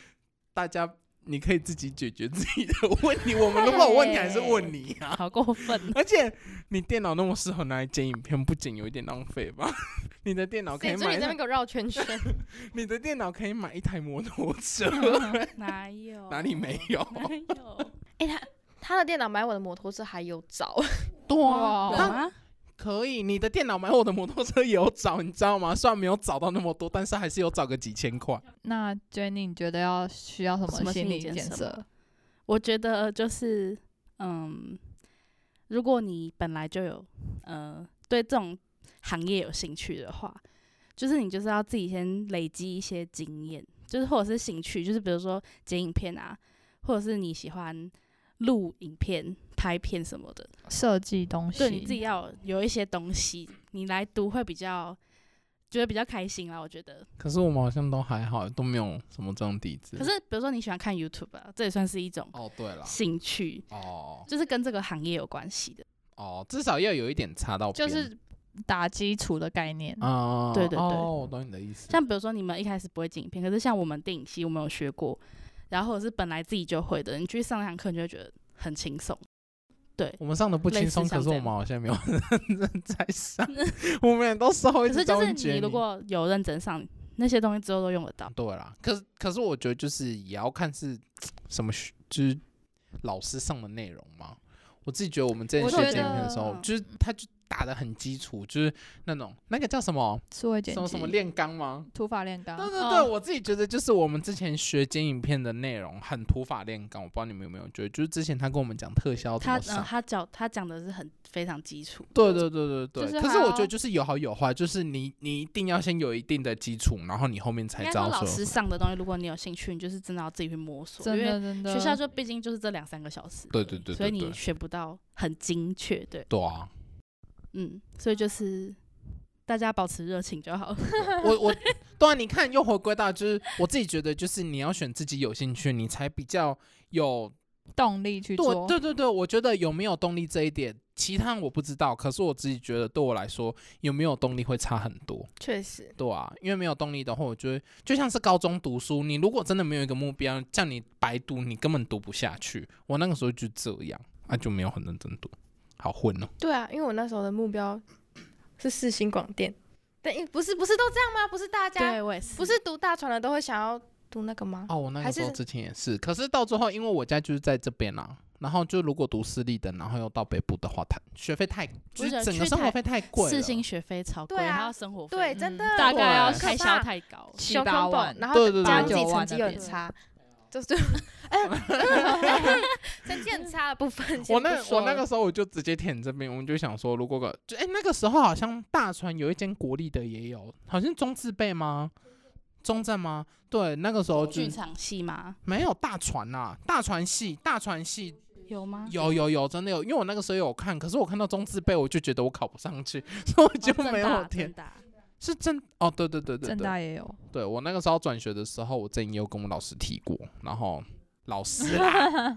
Speaker 1: 大家你可以自己解决自己的问题。我们如果有问题还是问你啊。！
Speaker 3: 好过分
Speaker 1: 而且你电脑那么适合拿来剪影片，不剪有一点浪费吧？ 你的电脑可以
Speaker 2: 谁准
Speaker 1: 买
Speaker 2: 你
Speaker 1: 一
Speaker 2: 在那
Speaker 1: 台，
Speaker 2: 边给我绕 圈圈？
Speaker 1: 你的电脑可以买一台摩托 车，
Speaker 3: 哪有？
Speaker 1: 哪里没有？
Speaker 3: 哪有？
Speaker 2: 哎、他他的电脑买我的摩托车还有找，
Speaker 1: 对
Speaker 4: 啊
Speaker 3: 有
Speaker 1: 那
Speaker 3: 啊，
Speaker 1: 可以，你的电脑买我的摩托车也有找，你知道吗？虽然没有找到那么多，但是还是有找个几千块。
Speaker 4: 那 Jenny 你觉得要需要什
Speaker 3: 什么
Speaker 4: 心
Speaker 3: 心理
Speaker 4: 理
Speaker 3: 建
Speaker 4: 建
Speaker 3: 设
Speaker 4: 设
Speaker 3: 吗？我觉得就是，嗯，如果你本来就有，呃，对这种行业有兴趣的话，就是你就是要自己先累积一些经验，就是或者是兴趣，就是比如说剪影片啊，或者是你喜欢录影片、拍片什么的，
Speaker 4: 设计东西，
Speaker 3: 对你自己要有一些东西，你来读会比较觉得比较开心啦。我觉得，
Speaker 1: 可是我们好像都还好，都没有什么这种底子。
Speaker 3: 可是比如说你喜欢看 YouTube 啊，这也算是一种
Speaker 1: 哦，对了，
Speaker 3: 兴趣，
Speaker 1: 哦
Speaker 3: 就是跟这个行业有关系的。
Speaker 1: 哦，至少要有一点插到边，
Speaker 4: 就是打基础的概念。
Speaker 1: 啊，
Speaker 3: 嗯对对对
Speaker 1: 哦，我懂你的意思。
Speaker 3: 像比如说你们一开始不会剪影片，可是像我们电影系我们有学过，然后或者是本来自己就会的，你去上堂课你就会觉得很轻松。
Speaker 1: 我们上的不轻松，
Speaker 3: 类似像
Speaker 1: 可是我们
Speaker 3: 这样
Speaker 1: 好像没有 认真在上，我们也都稍微
Speaker 3: 可是
Speaker 1: 是
Speaker 3: 就是你如果有认真上，那些东西之后都用得到。
Speaker 1: 啊对啦，可是可是我觉得就是也要看是什么学，就是老师上的内容嘛。我自己觉得我们之前
Speaker 4: 我
Speaker 1: 学
Speaker 4: 觉
Speaker 1: 剪影片的时候
Speaker 3: 得，
Speaker 1: 就是他就打的很基础，就是那种那个叫什么
Speaker 4: 数位剪
Speaker 1: 什
Speaker 4: 辑、
Speaker 1: 么什么炼钢吗？
Speaker 4: 土法炼
Speaker 1: 对
Speaker 4: 钢，
Speaker 1: 对对，
Speaker 3: 哦
Speaker 1: 我自己觉得就是我们之前学剪影片的内容很土法炼钢，我不知道你们有没有觉得，就是之前他跟我们讲特效怎
Speaker 3: 他
Speaker 1: 么
Speaker 3: 嗯、
Speaker 1: 上，
Speaker 3: 他讲他讲的是很非常基础，
Speaker 1: 对对对
Speaker 4: 就
Speaker 1: 对对。
Speaker 4: 是
Speaker 1: 可
Speaker 4: 还
Speaker 1: 是我
Speaker 4: 要
Speaker 1: 觉得就是有好有坏，就是你你一定要先有一定的基础，然后你后面才
Speaker 3: 应该
Speaker 1: 知
Speaker 3: 说
Speaker 1: 道
Speaker 3: 老
Speaker 1: 说
Speaker 3: 师上的东西，如果你有兴趣，你就是真的要自己去摸索，
Speaker 4: 真
Speaker 3: 因为
Speaker 4: 的真的。
Speaker 3: 学校就毕竟就是这两三个小时，
Speaker 1: 对对对
Speaker 3: 所以
Speaker 1: 对对
Speaker 3: 你学不到很精确，对，
Speaker 1: 对啊。
Speaker 3: 嗯，所以就是大家保持热情就好了。
Speaker 1: 我我当然你看又回归到就是我自己觉得就是你要选自己有兴趣，你才比较有
Speaker 4: 动力去
Speaker 1: 对
Speaker 4: 做。
Speaker 1: 对对对，我觉得有没有动力这一点，其他我不知道，可是我自己觉得对我来说，有没有动力会差很多，
Speaker 2: 确实，
Speaker 1: 对啊，因为没有动力的话，我觉得就像是高中读书，你如果真的没有一个目标，叫你白读，你根本读不下去。我那个时候就这样，啊就没有很认真读，好混哦。
Speaker 2: 对啊，因为我那时候的目标是世新广电，但因不是不是都这样吗？不是大家
Speaker 3: 对我也是，
Speaker 2: 不是读大传的都会想要读那个吗？
Speaker 1: 哦，我那
Speaker 2: 还
Speaker 1: 个时候
Speaker 2: 是
Speaker 1: 之前也是，可是到最后，因为我家就是在这边啦、啊然后就如果读私立的，然后又到北部的话，它学费太，就是
Speaker 3: 觉得
Speaker 1: 整个
Speaker 3: 去
Speaker 1: 生活
Speaker 3: 台
Speaker 1: 费太贵了，
Speaker 3: 四星学费超贵，
Speaker 2: 对啊
Speaker 3: 还要生
Speaker 1: 哦
Speaker 3: 活费，
Speaker 2: 对，
Speaker 4: 嗯
Speaker 2: 真的、
Speaker 3: 大概要
Speaker 1: 对
Speaker 3: 开销太高。
Speaker 4: 七
Speaker 2: 小
Speaker 4: 八
Speaker 2: combo，
Speaker 4: 万
Speaker 2: 然
Speaker 1: 对
Speaker 2: 后
Speaker 1: 对
Speaker 2: 加上
Speaker 1: 对
Speaker 2: 自己
Speaker 4: 九
Speaker 2: 成
Speaker 4: 万
Speaker 2: 绩
Speaker 4: 那
Speaker 2: 又
Speaker 4: 边
Speaker 2: 很 差，就 就哎，成绩很差的部分，先
Speaker 1: 我
Speaker 2: 不
Speaker 1: 那
Speaker 2: 说
Speaker 1: 我那
Speaker 2: 了
Speaker 1: 个时候我就直接填这边，我们就想说，如果个就哎、那个时候好像大船有一间国立的也有，好像中字辈吗？中正吗？对，那个时候就
Speaker 3: 剧场戏吗？
Speaker 1: 没有大船呐、大船系大船系
Speaker 3: 有吗？
Speaker 1: 有有有真的有，因为我那个时候有看，可是我看到中字辈我就觉得我考不上去，所以我就
Speaker 3: 哦
Speaker 1: 没有填。。
Speaker 3: 正大正
Speaker 1: 是真哦，对对对对
Speaker 4: 正
Speaker 1: 对，
Speaker 4: 大也 有，
Speaker 1: 对我那个时候转学的时候，我之前也有跟我老师提过，然后老师啦，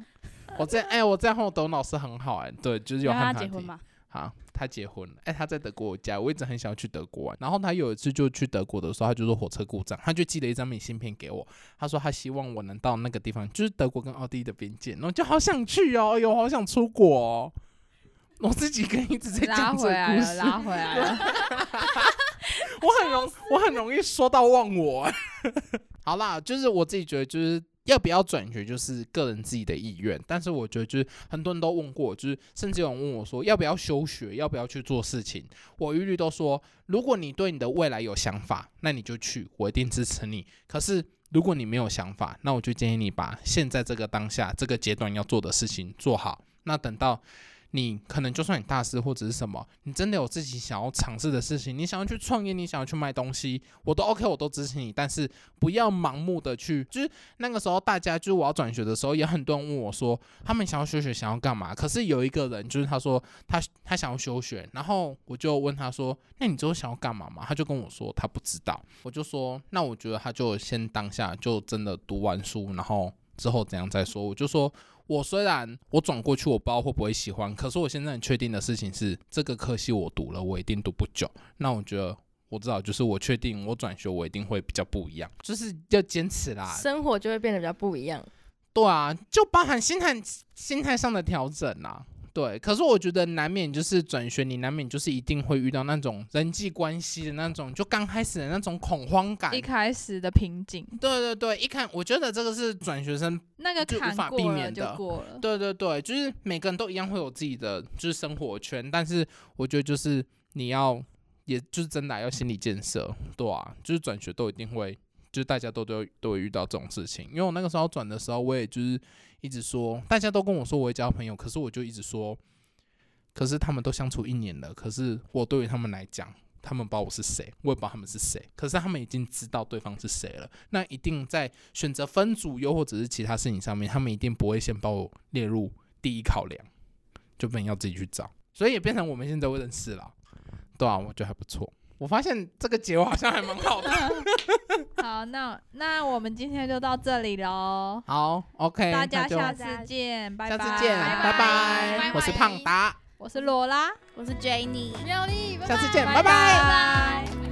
Speaker 1: 我这哎、我这样我懂老师很好哎、对，就是有
Speaker 3: 大
Speaker 1: 和
Speaker 3: 那啊他结
Speaker 1: 他提
Speaker 3: 婚吗？
Speaker 1: 啊，他结婚了，哎、他在德国有家，我一直很想要去德国玩。然后他有一次就去德国的时候，他就说火车故障，他就寄了一张明信片给我，他说他希望我能到那个地方，就是德国跟奥地利的边界，然后就好想去哦，哎呦，好想出国哦。我自己跟一直在
Speaker 4: 拉
Speaker 1: 讲这
Speaker 4: 回
Speaker 1: 个
Speaker 4: 来
Speaker 1: 故
Speaker 4: 了，
Speaker 1: 事，
Speaker 4: 拉回来 了。
Speaker 1: 我很容我很容易说到忘我。 哎好啦，就是我自己觉得就是。要不要转学，就是个人自己的意愿。但是我觉得，就是很多人都问过，就是甚至有人问我说，要不要休学，要不要去做事情。我一律都说，如果你对你的未来有想法，那你就去，我一定支持你。可是如果你没有想法，那我就建议你把现在这个当下这个阶段要做的事情做好。那等到你可能就算你大师或者是什么，你真的有自己想要尝试的事情，你想要去创业，你想要去卖东西，我都 OK，我都支持你。但是不要盲目的去，就是那个时候大家就是我要转学的时候，也很多人问我说，他们想要休学，想要干嘛？可是有一个人就是他说他他想要休学，然后我就问他说，那你之后想要干嘛嘛？他就跟我说他不知道，我就说那我觉得他就先当下就真的读完书，然后之后怎样再说。我就说我虽然我转过去，我不知道会不会喜欢，可是我现在很确定的事情是，这个科系我读了，我一定读不久。那我觉得我知道，就是我确定我转学，我一定会比较不一样，就是要坚持啦。
Speaker 2: 生活就会变得比较不一样。
Speaker 1: 对啊，就包含心态心态上的调整啊。对，可是我觉得难免就是转学，你难免就是一定会遇到那种人际关系的那种，就刚开始的那种恐慌感。
Speaker 4: 一开始的瓶颈，
Speaker 1: 对对对，一看我觉得这个是转学生
Speaker 4: 那个
Speaker 1: 就无
Speaker 4: 坎
Speaker 1: 法避
Speaker 4: 过了
Speaker 1: 免
Speaker 4: 就
Speaker 1: 的
Speaker 4: 过了。
Speaker 1: 对对对，就是每个人都一样会有自己的就是生活圈，但是我觉得就是你要，也就是真的啊要心理建设，对啊，就是转学都一定会，就是大家都都有都会遇到这种事情。因为我那个时候转的时候，我也就是一直说，大家都跟我说我会交朋友，可是我就一直说，可是他们都相处一年了，可是我对于他们来讲。他们不知道我是谁，我也不知道他们是谁，可是他们已经知道对方是谁了。那一定在选择分组又或者是其他事情上面，他们一定不会先把我列入第一考量，就变成要自己去找，所以也变成我们现在会认识了，对啊，我觉得还不错。我发现这个结果好像还蛮好的。
Speaker 4: 好，那那我们今天就到这里喽，
Speaker 1: 好，OK，
Speaker 4: 大家
Speaker 1: 那就
Speaker 4: 下次见，拜
Speaker 1: 下
Speaker 4: 拜，
Speaker 1: 次见，拜
Speaker 2: 拜拜
Speaker 1: 我是胖达，
Speaker 4: 我是罗拉，
Speaker 3: 我是 Jenny。
Speaker 2: 妙丽，拜
Speaker 1: 下次见，
Speaker 4: 拜
Speaker 1: 拜
Speaker 4: 拜